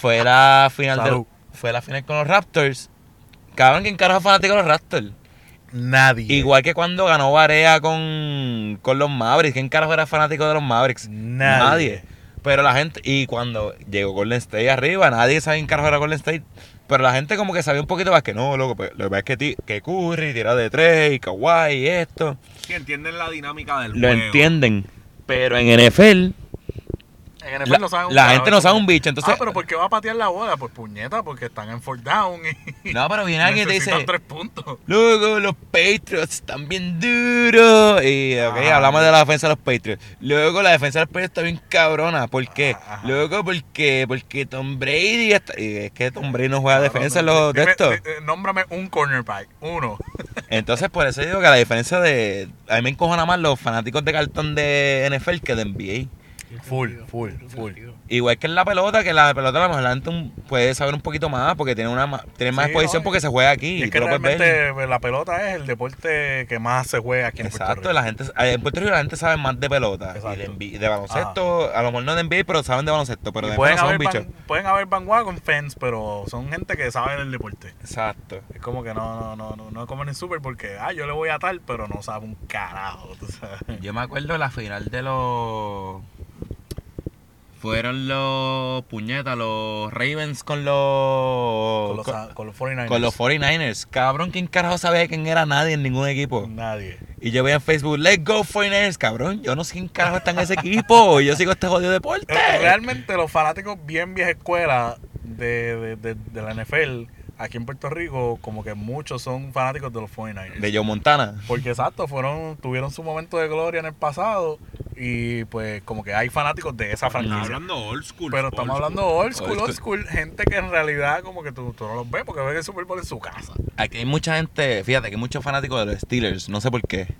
Speaker 1: fue la final
Speaker 2: Salud.
Speaker 1: de, fue la final con los Raptors. Cabrón, ¿quién carajo es fanático de los Raptors?
Speaker 2: Nadie.
Speaker 1: Igual que cuando ganó Varea con, con los Mavericks. ¿Quién carajo era fanático de los Mavericks?
Speaker 2: Nadie.
Speaker 1: Pero la gente, y cuando llegó Golden State arriba, nadie sabía quién carajo era Golden State. Pero la gente como que sabía un poquito más que no, loco, pues, lo que pasa es que, ti- que Curry tira de tres y Kawhi y esto.
Speaker 5: Que entienden la dinámica del
Speaker 1: Lo
Speaker 5: juego.
Speaker 1: entienden. Pero en NFL,
Speaker 2: En NFL
Speaker 1: la,
Speaker 2: no saben un
Speaker 1: la
Speaker 2: carajo.
Speaker 1: gente no sabe un bicho. Entonces,
Speaker 2: ah, pero ¿por qué va a patear la bola? Pues puñeta, porque están en fourth down y
Speaker 1: no, pero viene alguien y te
Speaker 2: necesitan
Speaker 1: dice,
Speaker 2: tres puntos.
Speaker 1: Luego los Patriots están bien duros. Y ok,
Speaker 2: Ajá.
Speaker 1: hablamos de la defensa de los Patriots. Luego la defensa de los Patriots está bien cabrona. ¿Por qué?
Speaker 2: Ah, Ajá.
Speaker 1: Luego porque, porque Tom Brady está- y es que Tom Brady no juega defensa en los
Speaker 2: Dime,
Speaker 1: textos.
Speaker 2: di- eh, nómbrame un cornerback, uno.
Speaker 1: Entonces por eso digo que la diferencia de. A mí me encojona más los fanáticos de cartón de NFL que de NBA.
Speaker 2: Full, full, full.
Speaker 1: Igual que en la pelota, que la pelota a lo mejor la gente un- puede saber un poquito más porque tiene una ma- tiene más
Speaker 2: Sí,
Speaker 1: exposición
Speaker 2: no,
Speaker 1: porque se juega aquí.
Speaker 2: Y es
Speaker 1: tú
Speaker 2: que
Speaker 1: lo puedes ver.
Speaker 2: realmente pues, la pelota es el deporte que más se juega aquí en Puerto
Speaker 1: Exacto,
Speaker 2: Rico.
Speaker 1: la gente, en Puerto Rico la gente sabe más de pelota y de,
Speaker 2: Exacto.
Speaker 1: NBA de baloncesto, a lo mejor no de NBA, pero saben de baloncesto, pero
Speaker 2: Y
Speaker 1: de
Speaker 2: pueden,
Speaker 1: NFL son
Speaker 2: haber
Speaker 1: un bicho.
Speaker 2: van, pueden haber bandwagon fans, pero son gente que sabe del deporte.
Speaker 1: Exacto.
Speaker 2: Es como que no, no, no, no, no comen en super porque, ah, yo le voy a tal, pero no sabe un carajo, tú sabes.
Speaker 1: Yo me acuerdo la final de los fueron los puñetas, los Ravens con
Speaker 2: Con
Speaker 1: los
Speaker 2: los, con los 49ers.
Speaker 1: con los 49ers. Cabrón, ¿quién carajo sabía quién era nadie en ningún equipo?
Speaker 2: Nadie.
Speaker 1: Y yo veía en Facebook, let's go 49ers, cabrón. Yo no sé quién carajo está en ese equipo. Yo sigo este jodido deporte.
Speaker 2: Eh, Realmente los fanáticos bien vieja escuela de, de, de, de la NFL aquí en Puerto Rico, como que muchos son fanáticos de los 49ers.
Speaker 1: De Joe Montana.
Speaker 2: Porque exacto, fueron, tuvieron su momento de gloria en el pasado y Y pues como que hay fanáticos de esa
Speaker 5: Estamos
Speaker 2: franquicia.
Speaker 5: hablando old school.
Speaker 2: Pero estamos hablando old school,
Speaker 1: Old
Speaker 2: old school, gente que en realidad como que tú, tú no los ves porque ves el Super Bowl en su casa.
Speaker 1: Aquí hay mucha gente, fíjate que hay muchos fanáticos de los Steelers, no sé por qué.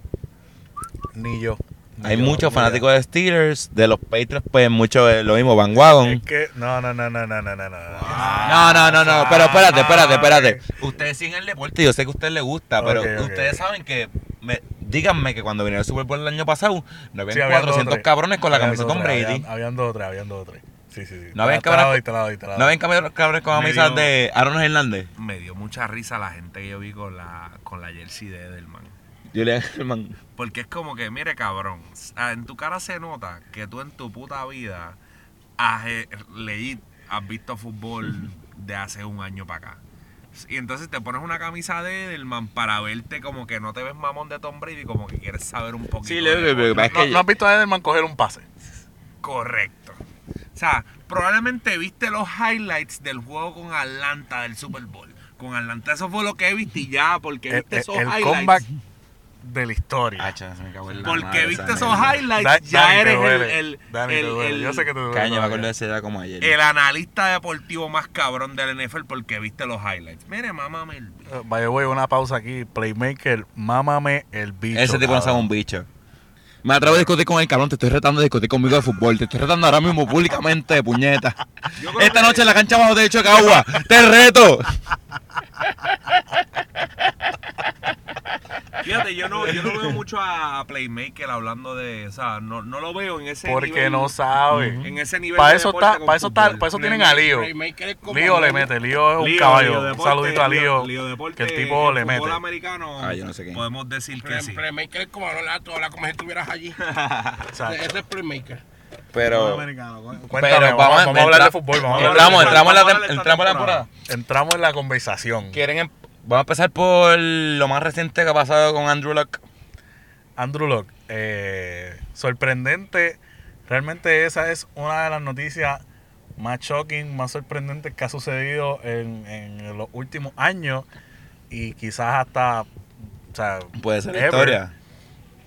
Speaker 2: Ni yo. Ni
Speaker 1: Hay
Speaker 2: yo,
Speaker 1: muchos
Speaker 2: ni
Speaker 1: fanáticos
Speaker 2: yo.
Speaker 1: de Steelers, de los Patriots, pues mucho eh, lo mismo, Van Wagon.
Speaker 2: Es que no, no, no, no, no, no, no. no.
Speaker 1: No, no, no, no, pero espérate, espérate, espérate.
Speaker 2: Ay.
Speaker 1: Ustedes siguen el deporte, yo sé que a ustedes les gusta, pero
Speaker 2: Ok, ok.
Speaker 1: ustedes saben que. me- díganme que cuando vinieron el Super Bowl el año pasado, no habían
Speaker 2: Sí, habían dos,
Speaker 1: 400
Speaker 2: tres.
Speaker 1: cabrones con la
Speaker 2: Habían
Speaker 1: camisa
Speaker 2: dos,
Speaker 1: con
Speaker 2: tres,
Speaker 1: Brady.
Speaker 2: Habían, habían dos o tres, habían dos o tres. Sí, sí, sí.
Speaker 1: No habían
Speaker 2: Te la
Speaker 1: cabra-
Speaker 2: doy, te la doy, te la
Speaker 1: No
Speaker 2: doy.
Speaker 1: habían cabrones, cabrones con
Speaker 5: Me
Speaker 1: camisas
Speaker 5: dio-
Speaker 1: de Aaron Hernández.
Speaker 5: Me dio mucha risa la gente que yo vi con la, con la jersey de Edelman.
Speaker 1: Julian Herman.
Speaker 5: Porque es como que, mire cabrón, ah, en tu cara se nota que tú en tu puta vida has, eh, leí- has visto fútbol de hace un año para acá. Y entonces te pones una camisa de Edelman para verte como que no te ves mamón de Tom Brady, como que quieres saber un poquito.
Speaker 1: Sí,
Speaker 5: de
Speaker 1: le- le- le-
Speaker 5: deporte.
Speaker 1: es
Speaker 2: No,
Speaker 1: que-
Speaker 2: no has visto a Edelman coger un pase.
Speaker 5: Correcto. O sea, probablemente viste los highlights del juego con Atlanta del Super Bowl. Con Atlanta eso fue lo que viste y ya, porque
Speaker 2: El,
Speaker 5: viste
Speaker 2: el-
Speaker 5: esos
Speaker 2: el
Speaker 5: highlights.
Speaker 2: comeback de la historia.
Speaker 5: Porque viste esos
Speaker 2: Da-
Speaker 5: highlights,
Speaker 2: Dani,
Speaker 5: ya
Speaker 2: te
Speaker 5: eres el,
Speaker 2: duele.
Speaker 5: el,
Speaker 2: Dani, te
Speaker 5: el-
Speaker 2: duele.
Speaker 5: el-
Speaker 2: Yo sé que te duele
Speaker 1: Caño, me
Speaker 2: todavía.
Speaker 1: acuerdo de ese día como ayer.
Speaker 5: el analista deportivo más cabrón del NFL porque viste los highlights. Mire, mamá, me el-
Speaker 2: Eh, By the way, una pausa aquí. Playmaker, mámame el bicho.
Speaker 1: Ese tipo no sabe
Speaker 2: cabrón.
Speaker 1: un bicho. Me atrevo a discutir con el cabrón, te estoy retando a discutir conmigo de fútbol, te estoy retando ahora mismo públicamente, puñeta. Esta noche en la cancha bajo techo de Cagua, te reto.
Speaker 5: Fíjate, yo no, yo no veo mucho a Playmaker hablando de. O sea, no, no lo veo en ese
Speaker 2: Porque
Speaker 5: nivel.
Speaker 2: no sabe.
Speaker 5: En ese nivel.
Speaker 2: Para
Speaker 5: de
Speaker 2: eso
Speaker 5: deporte
Speaker 2: está,
Speaker 5: con
Speaker 2: para eso está,
Speaker 5: fútbol.
Speaker 2: para eso tienen a Lío.
Speaker 4: Playmaker es como-
Speaker 2: Lío le mete, Lío es un
Speaker 5: Lío,
Speaker 2: caballo.
Speaker 5: Lío
Speaker 2: un
Speaker 5: deporte,
Speaker 2: saludito a Lío.
Speaker 5: deporte,
Speaker 2: que el tipo
Speaker 5: en
Speaker 2: le
Speaker 5: fútbol
Speaker 2: mete.
Speaker 5: americano.
Speaker 1: Ah, yo no sé quién.
Speaker 5: Podemos decir que
Speaker 4: Play-
Speaker 5: sí.
Speaker 4: Playmaker es como hablar a toda como si estuvieras allí.
Speaker 2: Exacto.
Speaker 4: Ese es Playmaker.
Speaker 1: Pero,
Speaker 2: Cuéntame,
Speaker 1: pero
Speaker 2: vamos, vamos a hablar de
Speaker 1: entra-
Speaker 2: fútbol. Vamos a hablar de
Speaker 1: entramos, entramos,
Speaker 2: fútbol.
Speaker 1: en la,
Speaker 5: Vamos a hablar de
Speaker 1: tem-
Speaker 5: esta
Speaker 1: entramos en la
Speaker 5: temporada.
Speaker 1: temporada.
Speaker 2: Entramos en la conversación.
Speaker 1: Quieren, em- vamos a empezar por lo más reciente que ha pasado con Andrew Luck.
Speaker 2: Andrew Locke, eh, sorprendente. Realmente esa es una de las noticias más shocking, más sorprendentes que ha sucedido en, en los últimos años y quizás hasta... o sea,
Speaker 1: Puede ser la
Speaker 2: ever.
Speaker 1: historia.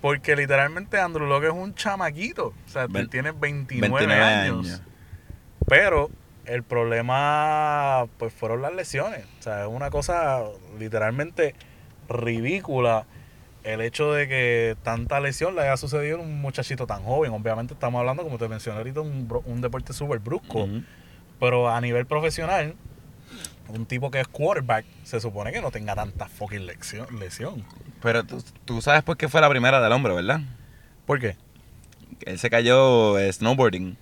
Speaker 2: Porque literalmente Andrew Locke es un chamaquito. O sea,
Speaker 1: Ve-
Speaker 2: tú tienes 29,
Speaker 1: 29
Speaker 2: años.
Speaker 1: años.
Speaker 2: Pero el problema pues fueron las lesiones. O sea, es una cosa literalmente ridícula el hecho de que tanta lesión le haya sucedido a un muchachito tan joven. Obviamente estamos hablando, como te mencioné ahorita, un, bro- un deporte súper brusco.
Speaker 1: Ujú.
Speaker 2: Pero a nivel profesional, un tipo que es quarterback se supone que no tenga tanta fucking lección- lesión.
Speaker 1: Pero tú, tú sabes por qué fue la primera del hombre, ¿verdad?
Speaker 2: ¿Por qué?
Speaker 1: Él se cayó eh, snowboarding.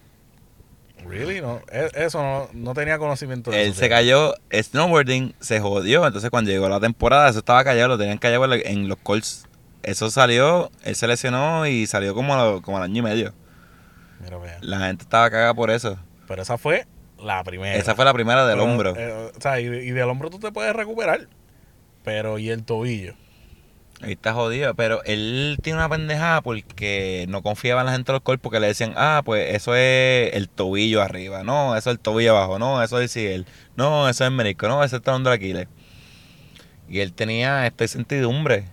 Speaker 2: Really? No, e- eso no, no tenía conocimiento de
Speaker 1: Él
Speaker 2: eso.
Speaker 1: se cayó snowboarding, se jodió. Entonces cuando llegó la temporada, eso estaba callado, lo tenían callado en la- en los Colts. Eso salió, él se lesionó y salió como, a- como al año y medio.
Speaker 2: Mira, vea.
Speaker 1: La gente estaba cagada por eso.
Speaker 2: Pero esa fue la primera.
Speaker 1: Esa fue la primera del
Speaker 2: Pero,
Speaker 1: hombro.
Speaker 2: eh, o sea, y, y del hombro tú te puedes recuperar. Pero y el tobillo.
Speaker 1: Ahí está jodido, pero él tiene una pendejada porque no confiaba en la gente de los Colts porque le decían, ah, pues eso es el tobillo arriba, no, eso es el tobillo abajo, no, eso es el siguel, no, eso es el menisco, no, eso es el talón de Aquiles. Y él tenía esta incertidumbre.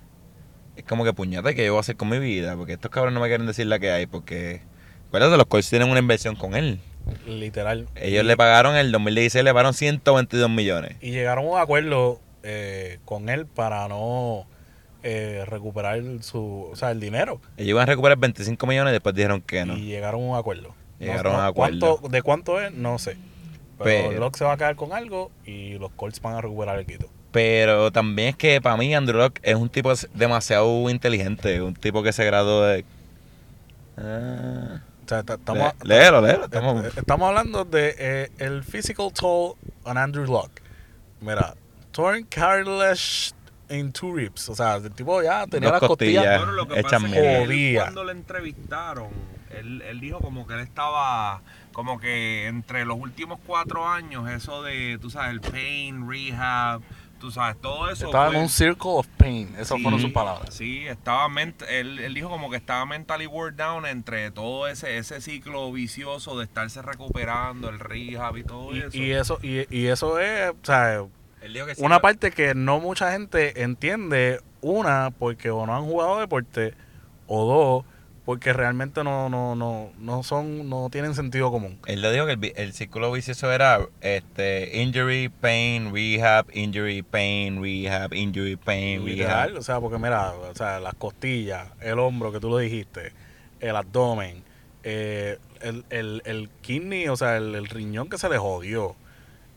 Speaker 1: Es como que puñata que yo voy a hacer con mi vida, porque estos cabrones no me quieren decir la que hay, porque, acuérdate, los Colts tienen una inversión con él.
Speaker 2: Literal.
Speaker 1: Ellos le pagaron, el 2016 le pagaron 122 millones.
Speaker 2: Y llegaron a un acuerdo eh, con él para no eh, recuperar su, o sea, el dinero.
Speaker 1: Ellos iban a recuperar 25 millones y después dijeron que no.
Speaker 2: Y llegaron a un acuerdo. No-
Speaker 1: Llegaron a un
Speaker 2: no-
Speaker 1: acuerdo.
Speaker 2: ¿cuánto- ¿De cuánto es? No sé. Pero,
Speaker 1: Pero-
Speaker 2: Locke se va a quedar con algo y los Colts van a recuperar el quito.
Speaker 1: Pero también es que para mí Andrew Locke es un tipo demasiado inteligente, un tipo que se graduó de... Ah.
Speaker 2: O sea, ta-
Speaker 1: Le-
Speaker 2: estamos,
Speaker 1: léelo, léelo. estamos-
Speaker 2: Est- Eh, Estamos hablando de eh, el physical toll on Andrew Luck. Mira, torn cartilage in two ribs. O sea, el tipo ya tenía
Speaker 1: Dos
Speaker 2: las costillas.
Speaker 1: costillas.
Speaker 5: Bueno, lo que
Speaker 1: Echan
Speaker 5: pasa es que él,
Speaker 2: mierda.
Speaker 5: cuando le entrevistaron, él, él dijo como que él estaba como que entre los últimos cuatro años, eso de, tú sabes, el pain, rehab, tú sabes, todo eso.
Speaker 2: Estaba en
Speaker 5: fue-
Speaker 2: un circle of pain. Esas
Speaker 5: Sí,
Speaker 2: fueron sus palabras.
Speaker 5: Sí, estaba ment- él, él dijo como que estaba mentally worn down entre todo ese, ese ciclo vicioso de estarse recuperando, el rehab y todo eso.
Speaker 2: Y, y eso y, y eso es, o sea,
Speaker 1: Él dijo que sí,
Speaker 2: una
Speaker 1: pero-
Speaker 2: parte que no mucha gente entiende. Una, porque o no han jugado deporte. O dos, porque realmente no, no, no, no son, no tienen sentido común.
Speaker 1: Él lo dijo que el, vi- el círculo vicioso era este, injury, pain, rehab, injury, pain, rehab, injury, pain,
Speaker 2: Literal,
Speaker 1: rehab.
Speaker 2: o sea, porque mira, o sea, las costillas, el hombro que tú lo dijiste, el abdomen, eh, el, el, el kidney, o sea, el, el riñón que se le jodió,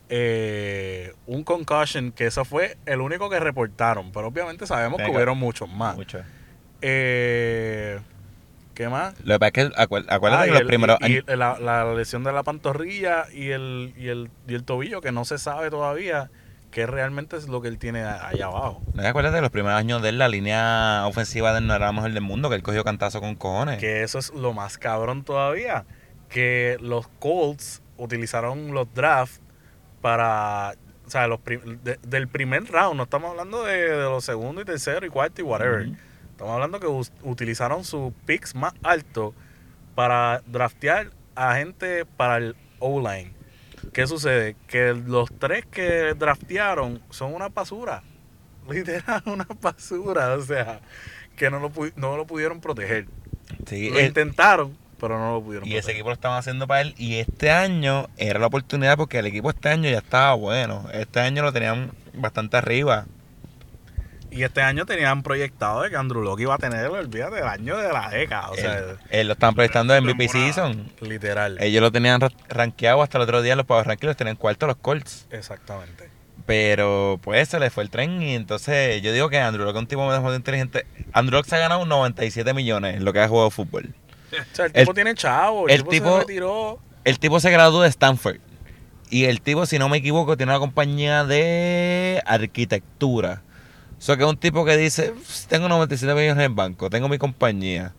Speaker 2: eh, un concussion, que ese fue el único que reportaron, pero obviamente sabemos que
Speaker 1: Venga.
Speaker 2: hubieron muchos más.
Speaker 1: Mucho.
Speaker 2: Eh, ¿Qué más?
Speaker 1: Lo que pasa es que acuer- acuérdate
Speaker 2: Ah, y
Speaker 1: que los
Speaker 2: el-
Speaker 1: primeros
Speaker 2: y- y
Speaker 1: años-
Speaker 2: la, la lesión de la pantorrilla y el, y, el, y el tobillo, que no se sabe todavía qué realmente es lo que él tiene a- allá abajo.
Speaker 1: ¿No te acuerdas de los primeros años de él? La línea ofensiva de él no era la mejor del mundo, que él cogió cantazo con cojones.
Speaker 2: Que eso es lo más cabrón todavía. Que los Colts utilizaron los drafts para. O sea, los prim- de- del primer round. No estamos hablando de, de los segundos y tercero y cuarto y whatever.
Speaker 1: Ujú.
Speaker 2: Estamos hablando que us- utilizaron sus picks más altos para draftear a gente para el O-line. ¿Qué sucede? Que los tres que draftearon son una basura. Literal, una basura. O sea, que no lo, pu- no lo pudieron proteger.
Speaker 1: Sí,
Speaker 2: Lo
Speaker 1: él-
Speaker 2: intentaron, pero no lo pudieron.
Speaker 1: y ese
Speaker 2: proteger.
Speaker 1: equipo lo estaban haciendo para él. Y este año era la oportunidad porque el equipo este año ya estaba bueno. Este año lo tenían bastante arriba.
Speaker 2: Y este año tenían proyectado de que Andrew Locke iba a tener, olvídate, el año de la década. O sea,
Speaker 1: él, él lo estaban proyectando en MVP
Speaker 3: temporada.
Speaker 1: Season.
Speaker 2: literal.
Speaker 1: Ellos lo tenían ra- rankeado hasta el otro día. Los Power Rankings los tenían cuarto los Colts.
Speaker 2: Exactamente.
Speaker 1: Pero pues se le fue el tren. Y entonces yo digo que Andrew Locke es un tipo demasiado inteligente. Andrew Locke se ha ganado 97 millones en lo que ha jugado fútbol.
Speaker 2: O sea, el tipo
Speaker 1: El-
Speaker 2: tiene chavo, el,
Speaker 1: el
Speaker 2: tipo,
Speaker 1: tipo-
Speaker 2: se retiró.
Speaker 1: El tipo se graduó de Stanford. Y el tipo, si no me equivoco, tiene una compañía de arquitectura. O sea, que es un tipo que dice, "Pss, tengo 97 millones en el banco, tengo mi compañía.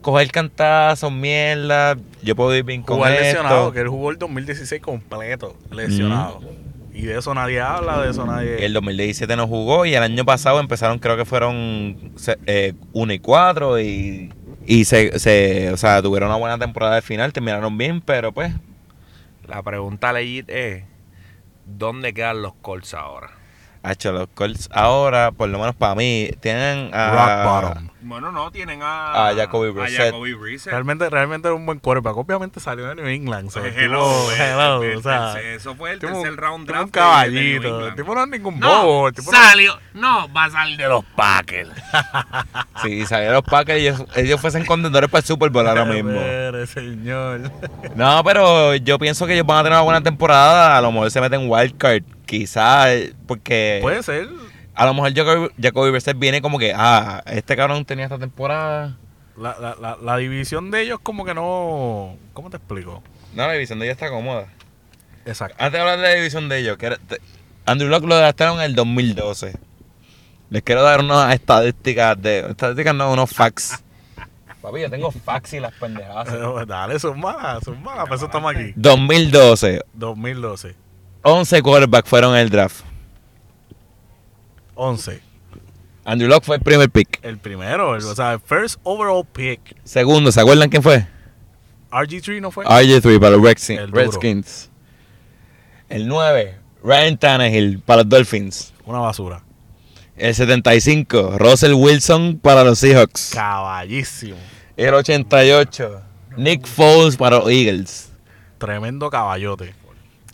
Speaker 1: Coger cantazos, mierda, yo puedo ir bien con
Speaker 2: Jugar
Speaker 1: esto".
Speaker 2: lesionado, que él jugó el 2016 completo, lesionado. Y de eso nadie habla, de eso nadie.
Speaker 1: El 2017 no jugó y el año pasado empezaron, creo que fueron 1 y 4 y, y se, se- o sea, tuvieron una buena temporada de final, terminaron bien, pero pues
Speaker 5: La pregunta legit es: ¿dónde quedan los Colts ahora?
Speaker 1: Hacho, los Colts ahora, por lo menos para mí, tienen
Speaker 2: Rock
Speaker 1: a...
Speaker 2: bottom.
Speaker 5: Bueno, no, tienen a.
Speaker 1: A Ah, Jacoby Brissett.
Speaker 5: A Jacoby Brissett.
Speaker 2: Realmente, realmente era un buen quarterback. Obviamente salió de New England. so,
Speaker 5: Hello,
Speaker 2: el tipo-
Speaker 5: eh,
Speaker 2: hello,
Speaker 5: el
Speaker 2: o sea,
Speaker 5: tercer- eso fue el
Speaker 2: tipo-
Speaker 5: tercer round
Speaker 2: tipo
Speaker 5: draft.
Speaker 2: un
Speaker 5: de- de New
Speaker 2: caballito. El
Speaker 5: England.
Speaker 2: tipo no es ningún bobo.
Speaker 5: No,
Speaker 2: el tipo no-
Speaker 5: salió. No, va a salir de los Packers.
Speaker 1: Si salieron los Packers, ellos, ellos fuesen contendores para el Super Bowl ahora mismo.
Speaker 2: Espere, señor.
Speaker 1: No, pero yo pienso que ellos van a tener una buena temporada. A lo mejor se meten wildcard, quizás, porque
Speaker 2: Puede ser.
Speaker 1: a lo mejor Jacob- Jacoby Brissett viene como que, ah, este cabrón tenía esta temporada.
Speaker 2: La, la, la, la división de ellos como que no... ¿Cómo te explico?
Speaker 1: No, la división de ellos está cómoda.
Speaker 2: Exacto.
Speaker 1: Antes de hablar de la división de ellos, que era- te- Andrew Locke lo gastaron en el 2012. Les quiero dar unas estadísticas de. Estadísticas no, unos facts. Papi, yo tengo facts y las pendejadas.
Speaker 2: Pero Eh, Dale, son malas, son malas. Por eso estamos aquí.
Speaker 1: 2012,
Speaker 2: 2012.
Speaker 1: 11 quarterbacks fueron en el draft.
Speaker 2: 11.
Speaker 1: Andrew Locke fue el primer pick.
Speaker 2: El primero, el- o sea, el first overall pick.
Speaker 1: Segundo, ¿se acuerdan quién fue?
Speaker 2: RG3 no fue.
Speaker 1: RG3 para los Redskins.
Speaker 2: El duro.
Speaker 1: Redskins. El 9, Ryan Tannehill para los Dolphins.
Speaker 2: Una basura.
Speaker 1: El 75, Russell Wilson para los Seahawks.
Speaker 2: Caballísimo.
Speaker 1: El 88, Nick Foles para los Eagles.
Speaker 2: Tremendo caballote.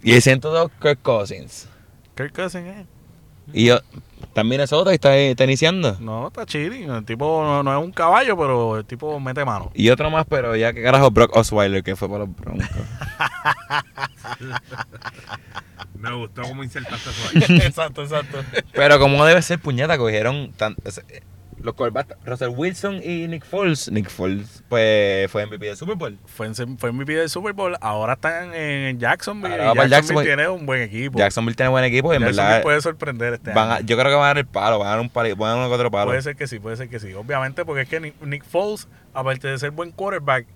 Speaker 1: Y el 102, Kirk Cousins.
Speaker 2: Kirk Cousins, eh.
Speaker 1: Y yo, también es otro que está, está iniciando.
Speaker 2: No, está chilling. El tipo no, no es un caballo, pero el tipo mete mano.
Speaker 1: Y otro más, pero ya que carajo, Brock Osweiler, que fue para los Broncos.
Speaker 3: Me gustó cómo insertaste eso ahí.
Speaker 2: exacto, exacto.
Speaker 1: pero como debe ser puñeta, cogieron tan- o sea, eh, los quarterbacks, Russell Wilson y Nick Foles. Nick Foles pues, fue MVP del Super Bowl.
Speaker 2: Fue, en, se- fue MVP del Super Bowl. Ahora están en Jacksonville.
Speaker 1: Ahora va
Speaker 2: y
Speaker 1: para
Speaker 2: Jacksonville,
Speaker 1: Jacksonville.
Speaker 2: tiene un buen equipo.
Speaker 1: Jacksonville tiene buen equipo y en
Speaker 2: Pues, Jacksonville
Speaker 1: verdad
Speaker 2: puede sorprender este
Speaker 1: van a-
Speaker 2: año.
Speaker 1: yo creo que van a dar el palo, van a dar un palo, van a dar uno que otro palo.
Speaker 2: Puede ser que sí, puede ser que sí. Obviamente, porque es que Nick, Nick Foles, aparte de ser buen quarterback,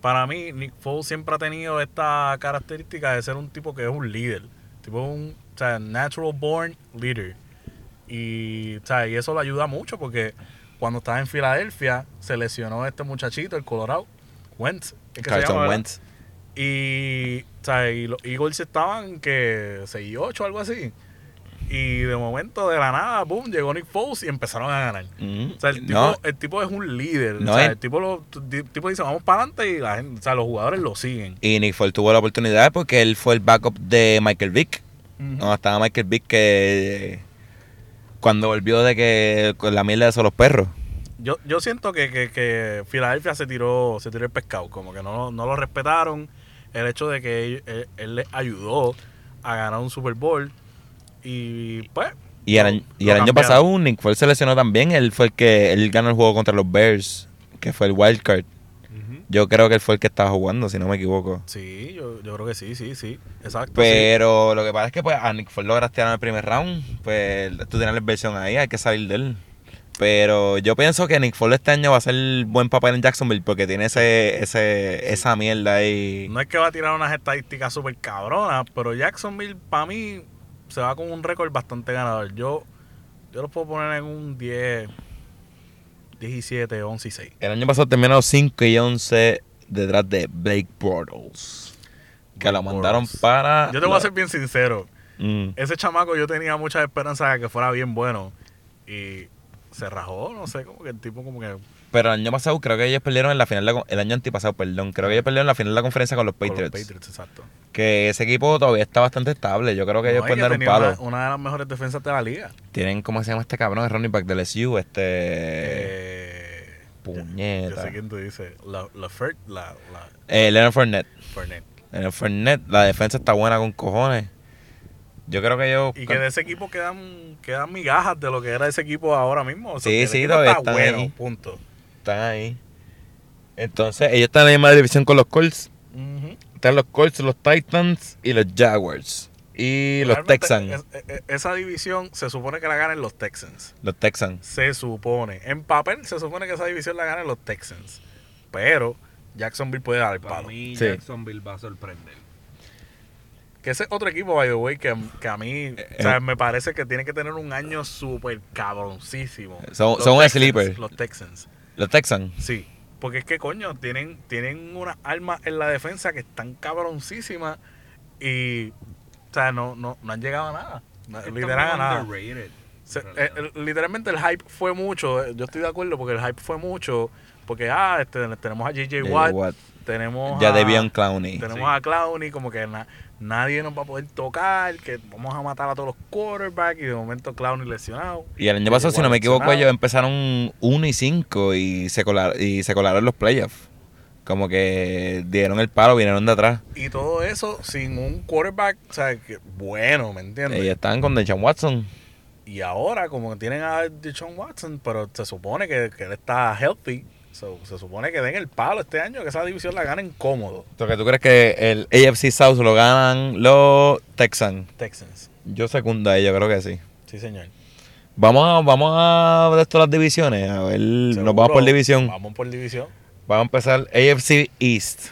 Speaker 2: para mí Nick Foles siempre ha tenido esta característica de ser un tipo que es un líder. Tipo un o sea, natural born leader. Y, o sea, y eso le ayuda mucho porque cuando estaba en Filadelfia se lesionó este muchachito, el Colorado, Wentz. es que se llama,
Speaker 1: Carson
Speaker 2: ¿verdad?
Speaker 1: Wentz.
Speaker 2: Y, o sea, y los Eagles estaban que 6 y 8 algo así. Y de momento, de la nada, boom, llegó Nick Foles y empezaron a ganar.
Speaker 1: Mm,
Speaker 2: O sea, el tipo,
Speaker 1: no.
Speaker 2: el tipo es un líder.
Speaker 1: No
Speaker 2: o sea,
Speaker 1: es-
Speaker 2: el tipo, lo- el tipo dice, vamos para adelante y la gente, o sea, los jugadores lo siguen.
Speaker 1: Y Nick Ford tuvo la oportunidad porque él fue el backup de Michael Vick. Cuando estaba Michael Vick que... Cuando volvió de que... Con la mierda de esos los perros.
Speaker 2: Yo, yo siento que, que, que Filadelfia se tiró, se tiró el pescado, como que no, no lo respetaron. El hecho de que él, él- él les ayudó a ganar un Super Bowl. Y pues,
Speaker 1: Y el,
Speaker 2: Lo-
Speaker 1: año- y
Speaker 2: lo
Speaker 1: el año
Speaker 2: cambiaron.
Speaker 1: pasado Nick Ford se lesionó también. Él fue el que... Él ganó el juego contra los Bears. Que fue el wild card. Yo creo que él fue el que estaba jugando, si no me equivoco.
Speaker 2: sí, yo, yo creo que sí, sí, sí. Exacto. sí.
Speaker 1: Pero lo que pasa es que pues, a Nick Ford lo grastearon en el primer round. Pues tú tienes la inversión ahí, hay que salir de él. Pero yo pienso que Nick Ford este año va a ser buen papel en Jacksonville porque tiene ese, ese, esa mierda ahí.
Speaker 2: No es que va a tirar unas estadísticas súper cabronas, pero Jacksonville, para mí, se va con un récord bastante ganador. Yo, yo lo puedo poner en un 10, 17, 11 y 6.
Speaker 1: El año pasado terminaron 5 y 11 detrás de Blake Bortles. Que lo
Speaker 2: Blake
Speaker 1: mandaron
Speaker 2: Bortles.
Speaker 1: para...
Speaker 2: Yo te voy
Speaker 1: Ah, la-
Speaker 2: a ser bien sincero.
Speaker 1: Mm.
Speaker 2: Ese chamaco yo tenía muchas esperanzas de que fuera bien bueno. Y se rajó, no sé, como que el tipo como que...
Speaker 1: Pero el año pasado creo que ellos perdieron en la final... de la con- el año antipasado, perdón. Creo que ellos perdieron en la final de la conferencia con los
Speaker 2: con los
Speaker 1: Patriots.
Speaker 2: Patriots, exacto.
Speaker 1: Que ese equipo todavía está bastante estable. Yo creo que ellos
Speaker 2: No, y
Speaker 1: pueden
Speaker 2: que
Speaker 1: dar un
Speaker 2: tenía
Speaker 1: palo.
Speaker 2: Una, una de las mejores defensas de la liga.
Speaker 1: Tienen, ¿cómo se llama este cabrón? El running back del SU, este...
Speaker 2: Eh, yo
Speaker 1: puñeta.
Speaker 2: sé quién tú dices. La, la, Fer- la, la
Speaker 1: Eh, Leonard Fournette.
Speaker 2: Fournette.
Speaker 1: Leonard Fournette, la defensa está buena con cojones. Yo creo que yo...
Speaker 2: Y que de ese equipo quedan, quedan migajas de lo que era ese equipo ahora mismo. O sea,
Speaker 1: Sí,
Speaker 2: que el
Speaker 1: sí,
Speaker 2: equipo
Speaker 1: todavía
Speaker 2: está
Speaker 1: están
Speaker 2: bueno,
Speaker 1: ahí.
Speaker 2: punto.
Speaker 1: Están ahí. Entonces, ellos están en la misma división con los Colts.
Speaker 2: Ujú.
Speaker 1: Están los Colts, los Titans y los Jaguars. Y los
Speaker 2: Realmente,
Speaker 1: Texans.
Speaker 2: es- e- e- esa división se supone que la ganan los Texans.
Speaker 1: Los Texans.
Speaker 2: Se supone. En papel se supone que esa división la ganan los Texans. Pero Jacksonville puede dar el
Speaker 5: Para
Speaker 2: palo.
Speaker 5: mí,
Speaker 1: Sí.
Speaker 5: Jacksonville va a sorprender.
Speaker 2: Que ese es otro equipo, by the way, que, que a mí
Speaker 1: Eh,
Speaker 2: o sea, me parece que tiene que tener un año súper cabroncísimo.
Speaker 1: Son-
Speaker 2: Los
Speaker 1: son un
Speaker 2: Texans,
Speaker 1: sleeper.
Speaker 2: Los Texans.
Speaker 1: Los Texans.
Speaker 2: Sí, porque es que coño, tienen, tienen unas armas en la defensa que están cabroncísimas y o sea, no, no, no han llegado a nada. No,
Speaker 5: Están
Speaker 2: Literal a
Speaker 5: muy
Speaker 2: nada.
Speaker 5: underrated,
Speaker 2: Se-
Speaker 5: en
Speaker 2: eh,
Speaker 5: realidad.
Speaker 2: eh, literalmente el hype fue mucho, eh, yo estoy de acuerdo porque el hype fue mucho, porque ah, este, tenemos a JJ Watt, tenemos
Speaker 1: Ya
Speaker 2: a
Speaker 1: debían Clowney.
Speaker 2: tenemos
Speaker 5: Sí.
Speaker 2: a Clowney, como que na- nadie nos va a poder tocar, que vamos a matar a todos los quarterbacks y de momento Clowney lesionado.
Speaker 1: Y el año pasado, si no me equivoco,
Speaker 2: Lesionado.
Speaker 1: ellos empezaron 1 y 5 y se colaron, y se colaron los playoffs. Como que dieron el palo, vinieron de atrás.
Speaker 2: Y todo eso sin un quarterback, o sea, que bueno, ¿me entiendes?
Speaker 1: Ellos estaban con Deshaun Watson.
Speaker 2: Y ahora, como que tienen a Deshaun Watson, pero se supone que, que él está healthy. So, se supone que den el palo este año, que esa división la ganen cómodo.
Speaker 1: Entonces, ¿tú crees que el AFC South lo ganan los Texans?
Speaker 2: Texans.
Speaker 1: Yo secundo a ellos, creo que sí.
Speaker 2: Sí, señor.
Speaker 1: Vamos a, vamos a ver esto las divisiones. A ver, nos vamos
Speaker 2: Seguro.
Speaker 1: por división. Vamos.
Speaker 2: Vamos por división.
Speaker 1: a empezar AFC East.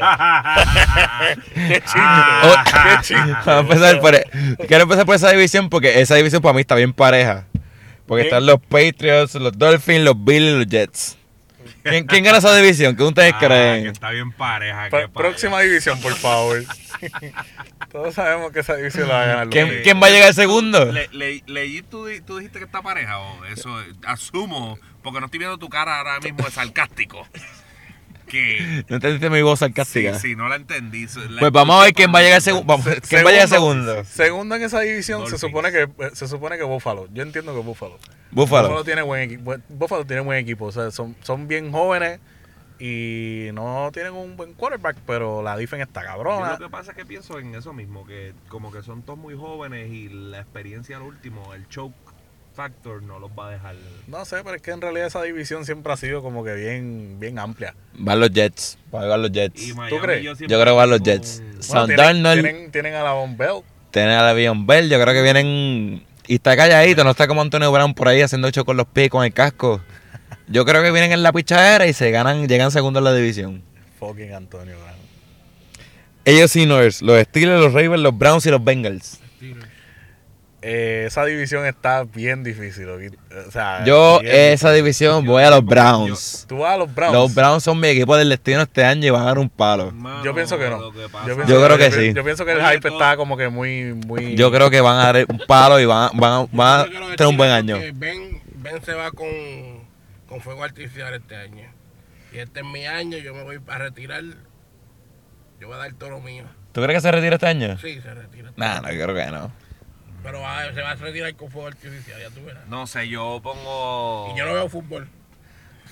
Speaker 5: Ah,
Speaker 2: Qué chiste.
Speaker 1: Oh,
Speaker 2: Qué chiste.
Speaker 1: vamos a empezar por, e- quiero empezar por esa división porque esa división para mí está bien pareja. Porque
Speaker 2: ¿Quién?
Speaker 1: están los Patriots, los Dolphins, los Bills y los Jets. ¿Quién, quién gana esa división? ¿Qué ustedes
Speaker 5: Ah, que
Speaker 1: creen?
Speaker 5: está bien pareja.
Speaker 2: Pr-
Speaker 5: que pareja.
Speaker 2: próxima división, por favor. Todos sabemos que esa división la va a ganar. los
Speaker 1: ¿Quién,
Speaker 2: Bills.
Speaker 1: quién va a llegar segundo?
Speaker 5: Le, le- leí, tú, di- tú dijiste que está pareja o eso, eh, asumo, porque no estoy viendo tu cara ahora mismo de sarcástico. Que
Speaker 1: No entendiste mi voz
Speaker 5: sí,
Speaker 1: sarcástica.
Speaker 5: sí, no la entendí. so- la
Speaker 1: Pues vamos a ver
Speaker 5: escuché,
Speaker 1: quién
Speaker 5: pero
Speaker 1: va a llegar
Speaker 5: no
Speaker 1: segundo.
Speaker 2: Se-
Speaker 1: ¿Quién va a llegar segundo?
Speaker 2: Segundo en esa división
Speaker 5: Dolphins.
Speaker 2: se supone que eh, se supone que Buffalo. Yo entiendo que Buffalo.
Speaker 1: Búfalo.
Speaker 2: tiene buen equipo. Buffalo tiene buen equipo. O sea, son, son bien jóvenes y no tienen un buen quarterback, pero la defense está
Speaker 5: Yo
Speaker 2: cabrona.
Speaker 5: lo que pasa es que pienso en eso mismo, que como que son todos muy jóvenes y la experiencia al último, el choke factor no los va a dejar.
Speaker 2: No sé, pero es que en realidad esa división siempre ha sido como que bien, bien amplia.
Speaker 1: Van los Jets. Van a llegar los
Speaker 5: Y
Speaker 1: Jets.
Speaker 5: Miami,
Speaker 2: crees?
Speaker 5: siempre
Speaker 1: Yo creo que van los
Speaker 5: tengo
Speaker 1: Jets.
Speaker 5: un-
Speaker 1: Sam
Speaker 2: tienen-
Speaker 1: Darnold.
Speaker 2: tienen, tienen a la Von Bell.
Speaker 1: Tienen al avión Bell. Yo creo que vienen. Y está calladito. No está como Antonio Brown por ahí haciendo ocho con los pies con el casco. Yo creo que vienen en la pichadera y se ganan, llegan segundo en la división.
Speaker 2: Fucking Antonio Brown.
Speaker 1: Ellos y North, los Steelers, los Ravens, los Browns y los Bengals.
Speaker 2: eh, esa división está bien difícil. Oki. O
Speaker 4: Ah,
Speaker 2: sea,
Speaker 1: Yo,
Speaker 2: bien
Speaker 1: esa división, voy a los Browns.
Speaker 2: difícil. Tú vas a los Browns.
Speaker 1: Los Browns son mi equipo del destino este año y van a dar un palo.
Speaker 5: Mano,
Speaker 2: Yo pienso que no.
Speaker 5: Ah, lo pasa-
Speaker 2: pienso
Speaker 1: Yo creo que
Speaker 2: pi-
Speaker 1: sí.
Speaker 2: Yo pienso que el
Speaker 5: Oye,
Speaker 2: hype
Speaker 5: todo-
Speaker 2: está como que muy, muy.
Speaker 1: Yo creo que van a dar un palo y van, van, van a
Speaker 4: Yo creo que
Speaker 1: tener un buen
Speaker 4: Chile
Speaker 1: año.
Speaker 4: porque Ben, Ben se va con, con fuego artificial este año. Y este es mi año, yo me voy a retirar. Yo voy a dar todo lo mío.
Speaker 1: ¿Tú crees que se retira este año?
Speaker 4: Sí, se retira.
Speaker 1: Nah, no creo que no.
Speaker 4: Pero va- se va a retirar con fuego artificial, ya tú verás.
Speaker 5: No sé, yo pongo.
Speaker 4: Y yo no veo fútbol.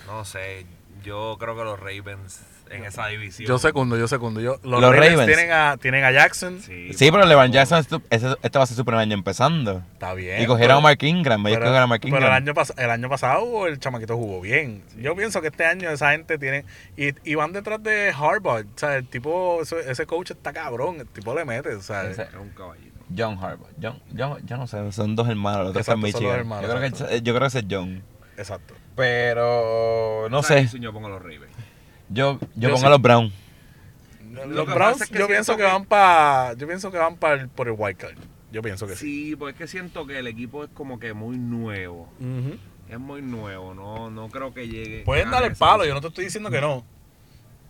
Speaker 5: No sé, yo creo que los Ravens en esa división.
Speaker 2: Yo secundo, yo secundo. Yo, los,
Speaker 1: Los
Speaker 2: Ravens,
Speaker 1: Ravens.
Speaker 2: Tienen, a, tienen a Jackson.
Speaker 5: Sí,
Speaker 1: Sí, pero LeBron
Speaker 5: mano.
Speaker 1: Jackson, esto- ese- este va a ser su primer año empezando.
Speaker 2: Está bien.
Speaker 1: Y cogieron a Mark Ingram, ellos
Speaker 2: Pero,
Speaker 1: cogieron a Mark
Speaker 2: pero el,
Speaker 1: Ingram.
Speaker 2: año pas- el año pasado el chamaquito jugó bien. Yo pienso que este año esa gente tiene. Y, y van detrás de Harvard. O sea, el tipo, ese, ese coach está cabrón. El tipo le mete. O sea,
Speaker 1: Ese-
Speaker 5: Es un caballito.
Speaker 1: John Harbaugh. John, John- yo no sé, son dos hermanos, los otro está en
Speaker 2: Exacto, son dos
Speaker 1: Michigan.
Speaker 2: hermanos,
Speaker 1: yo, creo que,
Speaker 2: exacto.
Speaker 1: ese- yo creo que ese es John.
Speaker 2: Exacto.
Speaker 1: Pero no
Speaker 5: Esa
Speaker 1: sé,
Speaker 5: división Yo pongo los Ravens.
Speaker 1: yo, yo
Speaker 2: Yo
Speaker 1: pongo
Speaker 2: sí.
Speaker 1: a los Browns.
Speaker 2: Los
Speaker 5: que
Speaker 2: Browns,
Speaker 5: pasa es que
Speaker 2: yo
Speaker 5: siento
Speaker 2: pienso que
Speaker 5: que-
Speaker 2: van para. Yo pienso que van para por el wild card. Yo pienso que sí.
Speaker 5: Sí, pues es que siento que el equipo es como que muy nuevo.
Speaker 2: Ujú.
Speaker 5: Es muy nuevo, no, no creo que llegue.
Speaker 1: ah,
Speaker 2: Pueden darle el palo, yo no te estoy diciendo que no.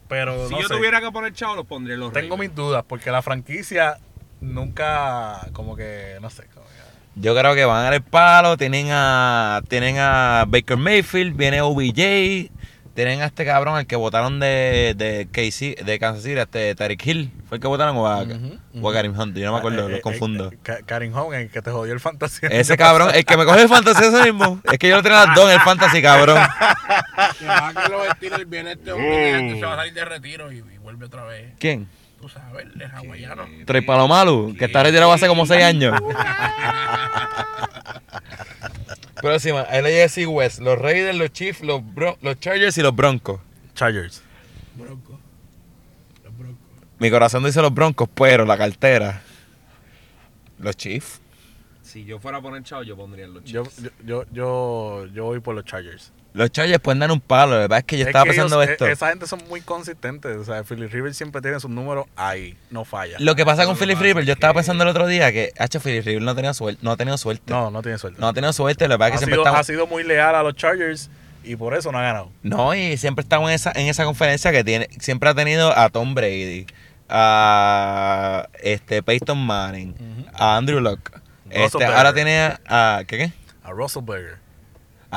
Speaker 2: Pero
Speaker 5: Si
Speaker 2: no
Speaker 5: yo
Speaker 2: sé.
Speaker 5: tuviera que poner chavo, los pondría los
Speaker 2: tengo mis
Speaker 5: Ravens.
Speaker 2: dudas porque la franquicia nunca, como que, no sé. como que-
Speaker 1: Yo creo que van a dar el palo, tienen a, tienen a Baker Mayfield, viene OBJ, tienen a este cabrón, el que votaron de, de, KC, de Kansas City, este Tariq Hill, fue el que votaron o a,
Speaker 2: Ujú,
Speaker 1: o a Karim Hunt, yo no me acuerdo,
Speaker 2: Eh, eh,
Speaker 1: los confundo.
Speaker 2: eh, Ka- Karin Hong, el que te jodió el fantasía.
Speaker 1: Ese cabrón, el que me coge el fantasy ese mismo, es que yo lo tengo a las dos en el fantasy, cabrón.
Speaker 2: Oh.
Speaker 4: Que va a que lo estilo el bien este hombre y antes
Speaker 2: Mm.
Speaker 4: se va a salir de retiro y, y vuelve otra vez.
Speaker 1: ¿Quién?
Speaker 4: Tú sabes, el hawaiano.
Speaker 1: Trey Palomalu, que está retirado hace como seis años. Próxima, LAFC West, los Raiders, los Chiefs, los, Bron- los Chargers y los Broncos.
Speaker 2: Chargers.
Speaker 4: Bronco. Los broncos.
Speaker 1: Mi corazón dice los Broncos, pero la cartera. Los Chiefs.
Speaker 5: Si yo fuera a poner chavo, yo pondría los
Speaker 2: Yo,
Speaker 5: Chiefs.
Speaker 2: yo, yo, yo, yo voy por los Chargers.
Speaker 1: Los Chargers pueden dar un palo, la verdad es que yo
Speaker 2: Es
Speaker 1: estaba
Speaker 2: que ellos-
Speaker 1: pensando
Speaker 2: e-
Speaker 1: esto.
Speaker 2: Esa gente son muy consistentes. O sea, Philly Rivers siempre tiene sus números ahí. No falla.
Speaker 1: Lo que pasa
Speaker 5: eso
Speaker 1: con
Speaker 5: lo
Speaker 1: Philip
Speaker 5: pasa
Speaker 1: Rivers,
Speaker 5: es
Speaker 1: yo estaba
Speaker 5: que-
Speaker 1: pensando el otro día que H. Philip Rivers no ha tenido suerte. No ha tenido suerte. No,
Speaker 2: No, no tiene suerte.
Speaker 1: ha tenido suerte, la verdad es que
Speaker 2: ha,
Speaker 1: siempre
Speaker 2: sido,
Speaker 1: estamos-
Speaker 2: ha sido muy leal a los Chargers y por eso no ha ganado.
Speaker 1: No, y siempre estamos en esa, en esa conferencia que tiene, siempre ha tenido a Tom Brady, a este Peyton Manning,
Speaker 2: Ujú.
Speaker 1: a Andrew Luck.
Speaker 2: Russell
Speaker 1: Este,
Speaker 2: Bear.
Speaker 1: ahora tiene a, ¿qué, qué?
Speaker 2: A Russell Berger.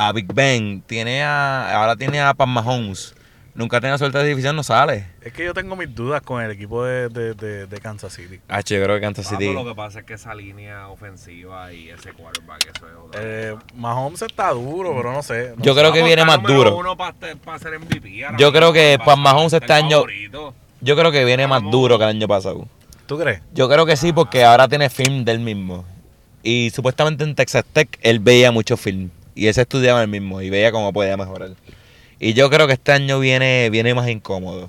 Speaker 1: a Big Ben, tiene a, ahora tiene a Pat Mahomes. Nunca ha tenido suerte de división, no sale.
Speaker 2: Es que yo tengo mis dudas con el equipo de, de, de, de Kansas City.
Speaker 1: Ah, yo creo que Kansas
Speaker 5: Papo,
Speaker 1: City.
Speaker 5: lo que pasa es que esa línea ofensiva y ese quarterback, eso es otra
Speaker 2: Eh,
Speaker 5: cosa.
Speaker 2: Mahomes está duro, pero no sé. no
Speaker 1: Yo
Speaker 2: sé.
Speaker 1: creo que
Speaker 5: Vamos,
Speaker 1: viene
Speaker 5: está
Speaker 1: más
Speaker 5: número
Speaker 1: duro.
Speaker 5: uno pa este- pa ser MVP ahora
Speaker 1: Yo creo
Speaker 5: mismo,
Speaker 1: que
Speaker 5: pa-
Speaker 1: Pat Mahomes
Speaker 5: el
Speaker 1: este año-
Speaker 5: favorito.
Speaker 1: Yo creo que viene más duro que el año pasado.
Speaker 2: ¿Tú crees?
Speaker 1: Yo creo que sí, porque ahora tiene film del mismo. Y supuestamente en Texas Tech él veía mucho film. Y él se estudiaba el mismo y veía cómo podía mejorar. Y yo creo que este año viene, viene más incómodo.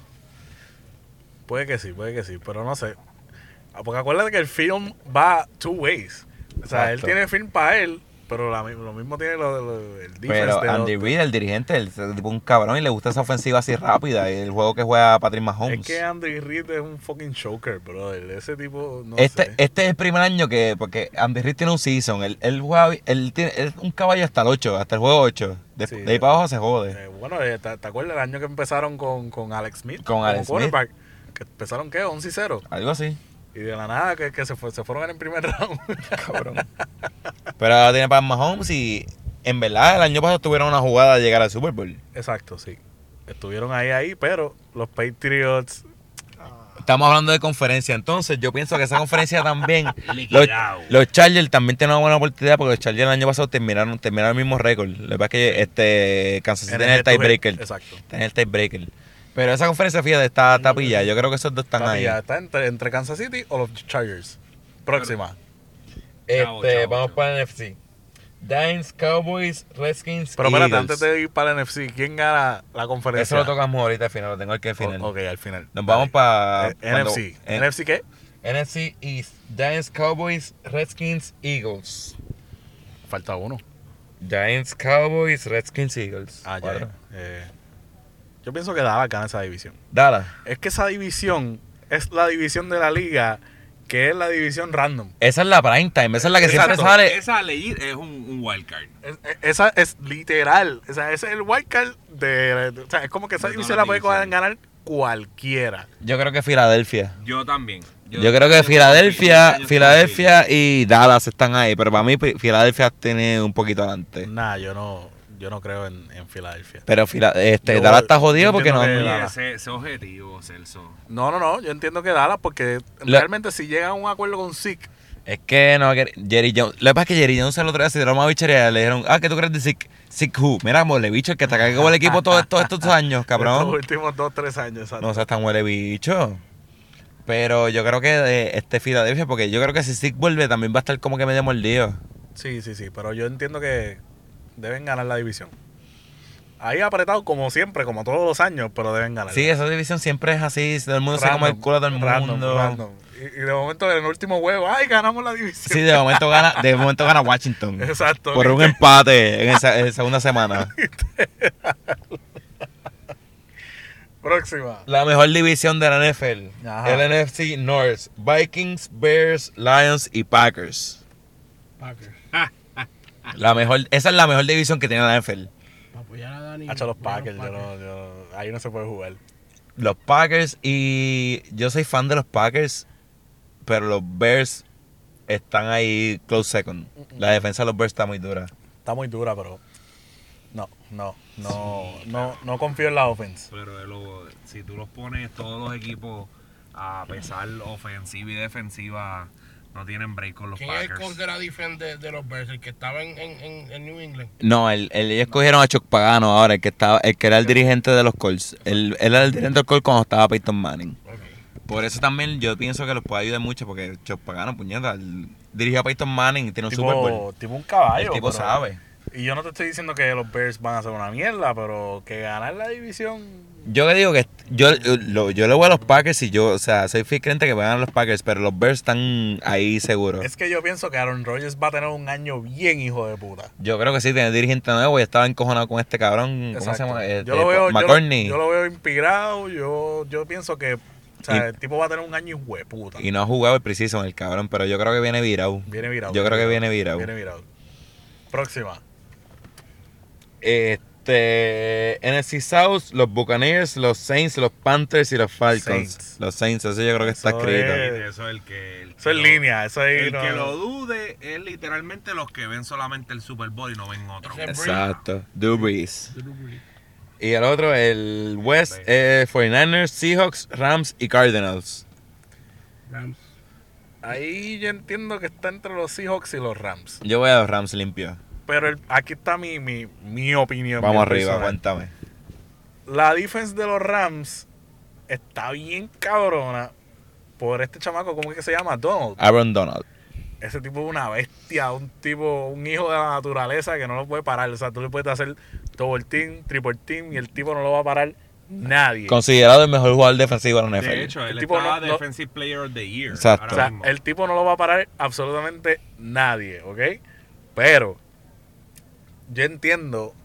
Speaker 2: Puede que sí, puede que sí, pero no sé. Ah, Porque acuérdate que el film va two ways. O sea, él
Speaker 1: Exacto.
Speaker 2: tiene film para él, pero la mi- lo mismo tiene lo, lo- el defense
Speaker 1: Pero
Speaker 2: de los-
Speaker 1: Andy Reid, el dirigente, él es tipo un cabrón y le gusta esa ofensiva así rápida. Y el juego que juega Patrick Mahomes.
Speaker 2: Es que Andy Reid es un fucking choker, brother. Ese tipo, no
Speaker 1: este,
Speaker 2: sé.
Speaker 1: este es el primer año que, porque Andy Reid tiene un season, él, él juega, él tiene, él es un caballo hasta el 8, hasta el juego 8. De,
Speaker 2: Sí.
Speaker 1: de ahí para abajo se jode.
Speaker 2: Eh, bueno, eh, ¿te, te acuerdas el año que empezaron con, con Alex Smith?
Speaker 1: Con
Speaker 2: como
Speaker 1: Alex Smith.
Speaker 2: quarterback? Que empezaron, ¿qué? 11 y 0.
Speaker 1: Algo así.
Speaker 2: Y de la nada que, que se, fue- se fueron en el primer round.
Speaker 1: Cabrón. Pero ahora tiene para Mahomes y en verdad el año pasado tuvieron una jugada de llegar al Super Bowl.
Speaker 2: Exacto, sí. Estuvieron ahí, ahí, pero los Patriots...
Speaker 1: Estamos hablando de conferencia, entonces yo pienso que esa conferencia también. los,
Speaker 5: Liquidado.
Speaker 1: los Chargers también tienen una buena oportunidad porque los Chargers el año pasado terminaron, terminaron el mismo récord. Lo que pasa es que este, Kansas City
Speaker 2: en
Speaker 1: tiene el
Speaker 2: head-to-head.
Speaker 1: tiebreaker.
Speaker 2: Exacto.
Speaker 1: Tiene el tiebreaker. Pero esa conferencia, fíjate, está, está pillada. Yo creo que esos dos están
Speaker 2: Papi,
Speaker 1: ahí.
Speaker 2: ya está entre, entre Kansas City o los Chargers. Próxima.
Speaker 5: Chavo, chavo, chavo.
Speaker 1: Este, para el NFC. Giants, Cowboys, Redskins,
Speaker 2: Pero espérate,
Speaker 1: Eagles.
Speaker 2: antes de ir para el NFC, ¿quién gana la
Speaker 1: Eso
Speaker 2: conferencia?
Speaker 1: lo tocamos ahorita al final, lo tengo aquí al final.
Speaker 2: O- ok, al final.
Speaker 1: Nos vamos
Speaker 2: Dale.
Speaker 1: para...
Speaker 2: Eh, NFC. ¿NFC qué?
Speaker 1: NFC East. Giants, Cowboys, Redskins, Eagles.
Speaker 2: Falta uno.
Speaker 1: Giants, Cowboys, Redskins, Eagles.
Speaker 2: Ah, ya.
Speaker 1: Cuatro.
Speaker 2: eh. yo pienso que Dallas gana esa división.
Speaker 1: Dallas.
Speaker 2: Es que esa división es la división de la liga que es la división random.
Speaker 1: Esa es la prime time, esa es la que siempre
Speaker 5: Exacto.
Speaker 1: sale.
Speaker 5: Esa ley es un, un wildcard.
Speaker 2: Es- es- esa es literal. O sea, ese es el wildcard de, de- O sea, es como que esa
Speaker 5: De toda
Speaker 2: división
Speaker 5: la
Speaker 2: la puede
Speaker 5: división.
Speaker 2: ganar cualquiera.
Speaker 1: Yo creo que Filadelfia.
Speaker 5: Yo también.
Speaker 1: Yo, creo que Filadelfia,
Speaker 5: yo- yo-
Speaker 1: Filadelfia y Dallas están ahí, pero para mí Pi- Filadelfia tiene un poquito adelante.
Speaker 2: Nah, yo no, yo no creo en, en Filadelfia.
Speaker 1: Pero Fila- este,
Speaker 2: Yo-
Speaker 1: Dallas está jodido
Speaker 2: yo
Speaker 1: porque no
Speaker 2: entiendo
Speaker 1: han
Speaker 2: que-
Speaker 5: Oye, Ese, ese objetivo, Celso.
Speaker 2: No, no, no. Yo entiendo que Dallas, porque
Speaker 1: La-
Speaker 2: realmente si llegan a un acuerdo con Zeke,
Speaker 1: Es que no, que Jerry Jones. Lo que pasa es que Jerry Jones el otro día se dieron una bichería. Le dijeron, ah, ¿qué tú crees de Sick? Sick Who. Mira, mole bicho, el que te cagó el equipo todos estos, estos años,
Speaker 2: Los
Speaker 1: cabrón.
Speaker 2: últimos dos, tres años. exacto.
Speaker 1: No seas tan huele bicho. Pero yo creo que de este Filadelfia, porque yo creo que si Sick vuelve también va a estar como que medio mordido.
Speaker 2: Sí, sí, sí, pero yo entiendo que deben ganar la división. Ahí apretado como siempre, como todos los años, pero deben ganar.
Speaker 1: Sí, esa división siempre es así. Todo el mundo se come el culo a todo el
Speaker 2: random,
Speaker 1: mundo.
Speaker 2: random. Y, y de momento en el último huevo, ¡ay, ganamos la división!
Speaker 1: Sí, de momento gana, de momento gana Washington.
Speaker 2: Exacto.
Speaker 1: Por un empate en esa en segunda semana.
Speaker 2: Próxima.
Speaker 1: La mejor división de la NFL.
Speaker 2: Ajá.
Speaker 1: El NFC North. Vikings, Bears, Lions y Packers.
Speaker 4: Packers.
Speaker 1: La mejor, esa es la mejor división que tiene la NFL.
Speaker 4: Para apoyar a Dani.
Speaker 2: Hacho los
Speaker 4: voy a
Speaker 2: Packers, yo no, yo no- ahí no se puede jugar.
Speaker 1: Los Packers y yo soy fan de los Packers, pero los Bears están ahí close second. La defensa de los Bears está muy dura.
Speaker 2: Está muy dura, pero no, no, no, no, no confío en la offense.
Speaker 5: Pero el o- si tú los pones todos los equipos a pesar ofensiva y defensiva, no tienen break con los
Speaker 4: ¿Quién es el coach
Speaker 5: Packers.
Speaker 4: de la defensa de, de los Bears? El que estaba en, en, en, en New England.
Speaker 1: No, el, el- ellos cogieron a Chuck Pagano ahora, el que estaba, el que era el dirigente de los Colts. Él, él era el dirigente de los Colts cuando estaba Peyton Manning. Por eso también yo pienso que los puede ayudar mucho, porque Chuck Pagano, puñeta, él dirigió a Peyton Manning y tiene un Super Bowl.
Speaker 2: Tipo, tipo un caballo.
Speaker 1: El tipo
Speaker 2: pero-
Speaker 1: sabe.
Speaker 2: Y yo no te estoy diciendo que los Bears van a hacer una mierda, pero que ganar la división.
Speaker 1: Yo que digo que yo, yo, lo- yo le voy a los Packers y yo, o sea, soy fiel creyente que van a ganar los Packers, pero los Bears están ahí seguros.
Speaker 2: Es que yo pienso que Aaron Rodgers va a tener un año bien hijo de puta.
Speaker 1: Yo creo que sí, tiene dirigente nuevo y estaba encojonado con este cabrón. ¿Cómo se
Speaker 2: Exacto.
Speaker 1: llama? Este,
Speaker 2: yo, lo veo, yo, lo,
Speaker 1: McCourney.
Speaker 2: yo lo veo inspirado. Yo, yo pienso que o sea,
Speaker 1: Y-
Speaker 2: el tipo va a tener un año hijo de puta.
Speaker 1: Y no ha jugado el preciso el cabrón, pero yo creo que viene virado.
Speaker 2: Viene virado.
Speaker 1: Yo creo que viene virado.
Speaker 2: Viene virado. Próxima.
Speaker 1: Este. NFC South, los Buccaneers, los Saints, los Panthers y los Falcons.
Speaker 2: Saints.
Speaker 1: Los Saints, eso yo creo que está
Speaker 2: Eso
Speaker 1: escrito.
Speaker 2: es.
Speaker 5: Eso es el que. el
Speaker 2: Eso es
Speaker 5: que lo-
Speaker 2: línea. Eso es.
Speaker 5: El
Speaker 2: no-
Speaker 5: que lo dude es literalmente los que ven solamente el Super Bowl y no ven otro.
Speaker 4: Ese-
Speaker 1: Exacto. Dubris.
Speaker 4: Drew Brees.
Speaker 1: Y el otro, el West, eh, 49ers, Seahawks, Rams y Cardinals.
Speaker 4: Rams.
Speaker 2: Ahí yo entiendo que está entre los Seahawks y los Rams.
Speaker 1: Yo voy a los Rams limpio.
Speaker 2: Pero el- aquí está mi, mi, mi opinión.
Speaker 1: Vamos
Speaker 2: mi
Speaker 1: arriba,
Speaker 2: personal.
Speaker 1: cuéntame.
Speaker 2: La defense de los Rams está bien cabrona por este chamaco, ¿cómo es que se llama? Donald.
Speaker 1: Aaron Donald.
Speaker 2: Ese tipo es una bestia, un tipo, un hijo de la naturaleza que no lo puede parar. O sea, tú le puedes hacer double team, triple team y el tipo no lo va a parar nadie.
Speaker 1: Considerado el mejor jugador defensivo de la NFL.
Speaker 5: De hecho,
Speaker 2: El
Speaker 5: él
Speaker 2: tipo
Speaker 5: estaba
Speaker 2: no- no-
Speaker 5: Defensive Player of the Year.
Speaker 1: Exacto.
Speaker 5: ahora
Speaker 2: O sea,
Speaker 5: mismo.
Speaker 2: el tipo no lo va a parar absolutamente nadie, ¿ok? Pero yo entiendo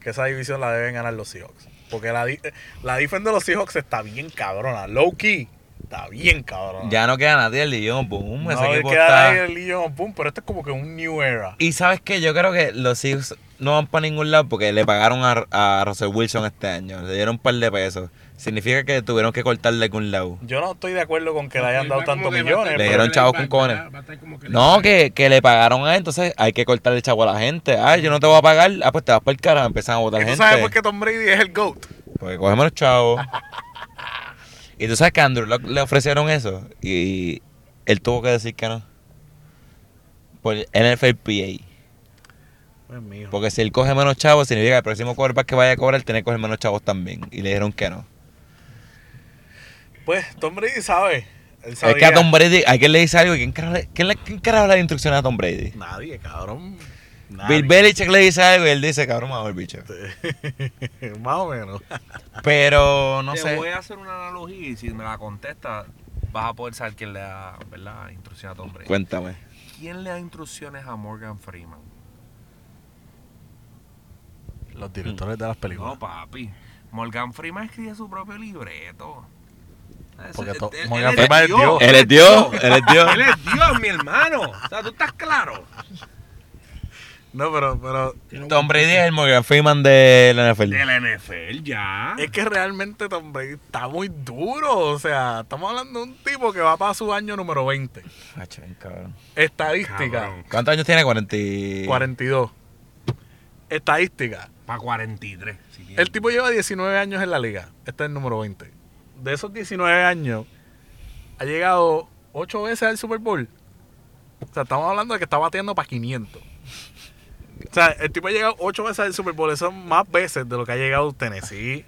Speaker 2: que esa división la deben ganar los Seahawks. Porque la, di- eh, la defensa de los Seahawks está bien cabrona. Low key está bien cabrona.
Speaker 1: Ya no queda nadie el Lyon, boom,
Speaker 2: no
Speaker 1: ese
Speaker 2: le
Speaker 1: equipo
Speaker 2: queda
Speaker 1: está...
Speaker 2: ahí el Leon, boom, pero esto es como que un new era.
Speaker 1: Y sabes que yo creo que los Seahawks no van para ningún lado porque le pagaron a, a Russell Wilson este año, le dieron un par de pesos. Significa que tuvieron que cortarle de algún lado.
Speaker 2: Yo no estoy de acuerdo con que le hayan dado
Speaker 4: Va como
Speaker 2: tantos
Speaker 4: que va a
Speaker 2: millones.
Speaker 4: estar-
Speaker 1: Le
Speaker 2: pero-
Speaker 1: dieron chavos con cojones.
Speaker 4: Va a estar como que-
Speaker 1: No, que, que le pagaron a él, entonces hay que cortarle chavo a la gente. Ay, yo no te voy a pagar. Ah, pues te vas para el carajo, empiezan a votar
Speaker 2: ¿Y tú
Speaker 1: gente.
Speaker 2: sabes por qué Tom Brady es el GOAT?
Speaker 1: Porque cogemos los chavos. y tú sabes que a Andrew Luck le ofrecieron eso y él tuvo que decir que no. Por el NFLPA.
Speaker 2: Pues mío.
Speaker 1: Porque si él coge menos chavos, significa que el próximo quarterback que vaya a cobrar tiene que coger menos chavos también. Y le dijeron que no.
Speaker 2: Pues Tom Brady sabe. Él
Speaker 1: Es que a
Speaker 2: sabía.
Speaker 1: Tom Brady, hay que le dice algo. y ¿Quién carajo le, quién le- quién carajo le da instrucciones a Tom Brady?
Speaker 2: Nadie, cabrón.
Speaker 1: Bill
Speaker 2: Nadie.
Speaker 1: Belichick le dice algo y él dice, cabrón, mejor bicho.
Speaker 2: Más o menos.
Speaker 1: Pero no
Speaker 5: Te
Speaker 1: sé.
Speaker 5: voy a hacer una analogía y si me la contestas, vas a poder saber quién le da, ¿verdad? Instrucciones a Tom Brady.
Speaker 1: Cuéntame.
Speaker 5: ¿Quién le da instrucciones a Morgan Freeman?
Speaker 2: Los directores de las películas.
Speaker 5: No, papi. Morgan Freeman escribe su propio libreto. Eso-
Speaker 2: Porque to-
Speaker 5: él- él-
Speaker 2: Morgan
Speaker 5: él es
Speaker 2: Freeman es
Speaker 5: Dios.
Speaker 2: Dios.
Speaker 1: Él es Dios, él es Dios.
Speaker 5: Él es Dios, mi hermano. O sea, tú estás claro.
Speaker 2: No, pero, pero
Speaker 1: Tom Brady es el Morgan Freeman de la NFL.
Speaker 5: De la NFL ya.
Speaker 2: es que realmente Tom Brady está muy duro. O sea, estamos hablando de un tipo que va para su año número 20.
Speaker 1: Ah, chavón, cabrón.
Speaker 2: Estadística,
Speaker 5: Cabrón.
Speaker 1: ¿Cuántos años tiene? 40. y-
Speaker 2: 42. Estadística.
Speaker 5: Para 43. si bien.
Speaker 2: El tipo lleva 19 años en la liga. Este es el número 20. De esos 19 años, ha llegado 8 veces al Super Bowl. O sea, estamos hablando de que está bateando para 500. O sea, el tipo ha llegado 8 veces al Super Bowl. Eso son más veces de lo que ha llegado Tennessee,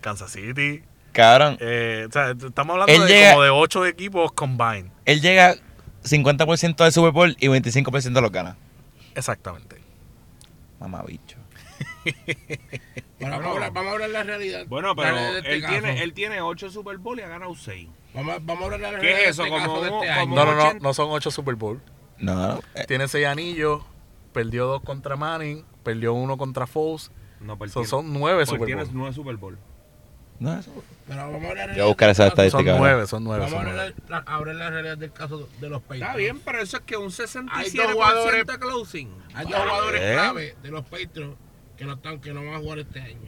Speaker 2: Kansas City.
Speaker 1: Cabrón.
Speaker 2: Eh, o sea, estamos
Speaker 1: Él
Speaker 2: hablando de
Speaker 1: llega-
Speaker 2: como de 8 equipos combined.
Speaker 1: Él llega 50% del Super Bowl y 25% lo gana.
Speaker 2: Exactamente.
Speaker 1: Mamabicho.
Speaker 4: Bueno, vamos, a hablar, vamos a hablar de la realidad.
Speaker 5: Bueno, pero
Speaker 4: La realidad de este
Speaker 5: él,
Speaker 4: caso.
Speaker 5: tiene, él tiene 8 Super Bowl y ha ganado 6.
Speaker 4: Vamos, a- vamos a hablar de
Speaker 5: ¿Qué
Speaker 4: la
Speaker 5: es
Speaker 4: realidad de
Speaker 5: eso?
Speaker 4: este
Speaker 5: Como
Speaker 4: caso de
Speaker 5: un-
Speaker 4: este
Speaker 5: como
Speaker 4: año.
Speaker 2: No, no, no.
Speaker 5: 80.
Speaker 2: No son 8 Super Bowl.
Speaker 1: No, no. eh,
Speaker 2: Tiene 6 anillos. Perdió 2 contra Manning. Perdió 1 contra Foles.
Speaker 5: No, pero él
Speaker 2: So,
Speaker 5: tiene-
Speaker 2: son 9
Speaker 5: pues
Speaker 2: Super
Speaker 5: tienes
Speaker 2: Bowl.
Speaker 5: 9 Super Bowl.
Speaker 1: no, eso-
Speaker 4: Pero vamos a hablar de la
Speaker 1: Yo voy a buscar esa
Speaker 4: realidad del caso.
Speaker 2: Son
Speaker 1: estadística. ahora.
Speaker 2: nueve, son nueve.
Speaker 4: Vamos a
Speaker 2: Son
Speaker 4: hablar
Speaker 2: nueve.
Speaker 4: de la- ahora de la realidad del caso de los Patriots.
Speaker 5: Está bien, pero eso es que un 67%
Speaker 4: Hay dos jugadores-
Speaker 5: de closing.
Speaker 4: Hay dos jugadores
Speaker 2: ¿Eh?
Speaker 1: bien.
Speaker 4: clave de los Patriots que no están, que no van a jugar este año.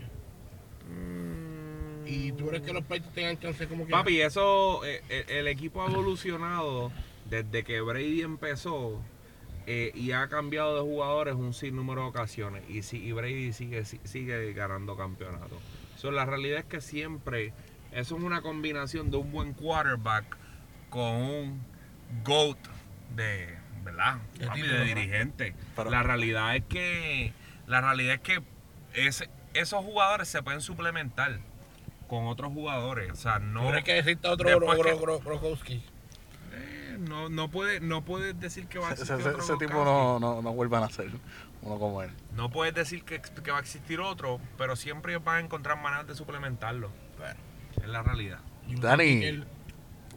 Speaker 4: Y tú crees que los Patriots tengan chance como que.
Speaker 5: Papi, eso, eh, eh, el equipo ha evolucionado desde que Brady empezó eh, y ha cambiado de jugadores un sinnúmero de ocasiones y, si, y Brady sigue, si- sigue ganando campeonatos. So, la realidad es que siempre eso es una combinación de un buen quarterback con un GOAT de, ¿verdad?
Speaker 4: De
Speaker 5: Papi,
Speaker 4: título,
Speaker 5: de
Speaker 4: ¿no?
Speaker 5: dirigente.
Speaker 2: Pero-
Speaker 5: la realidad es que, la realidad es que ese- esos jugadores se pueden suplementar con otros jugadores. O sea,
Speaker 4: ¿Tú
Speaker 5: no,
Speaker 4: crees que exista otro
Speaker 5: Después que-
Speaker 4: Gro- Gro- Gro- Gronkowski?
Speaker 5: eh, no, no, puede, no puedes decir que va a
Speaker 2: Ese,
Speaker 5: existir
Speaker 2: ese-
Speaker 5: otro.
Speaker 2: ese tipo
Speaker 5: Gronkowski.
Speaker 2: no, no, no vuelvan a ser uno como él.
Speaker 5: No puedes decir que, ex- que va a existir otro, pero siempre ellos van a encontrar maneras de suplementarlo.
Speaker 4: Bueno.
Speaker 5: Es la realidad.
Speaker 4: Y un
Speaker 2: Dani.
Speaker 4: kicker.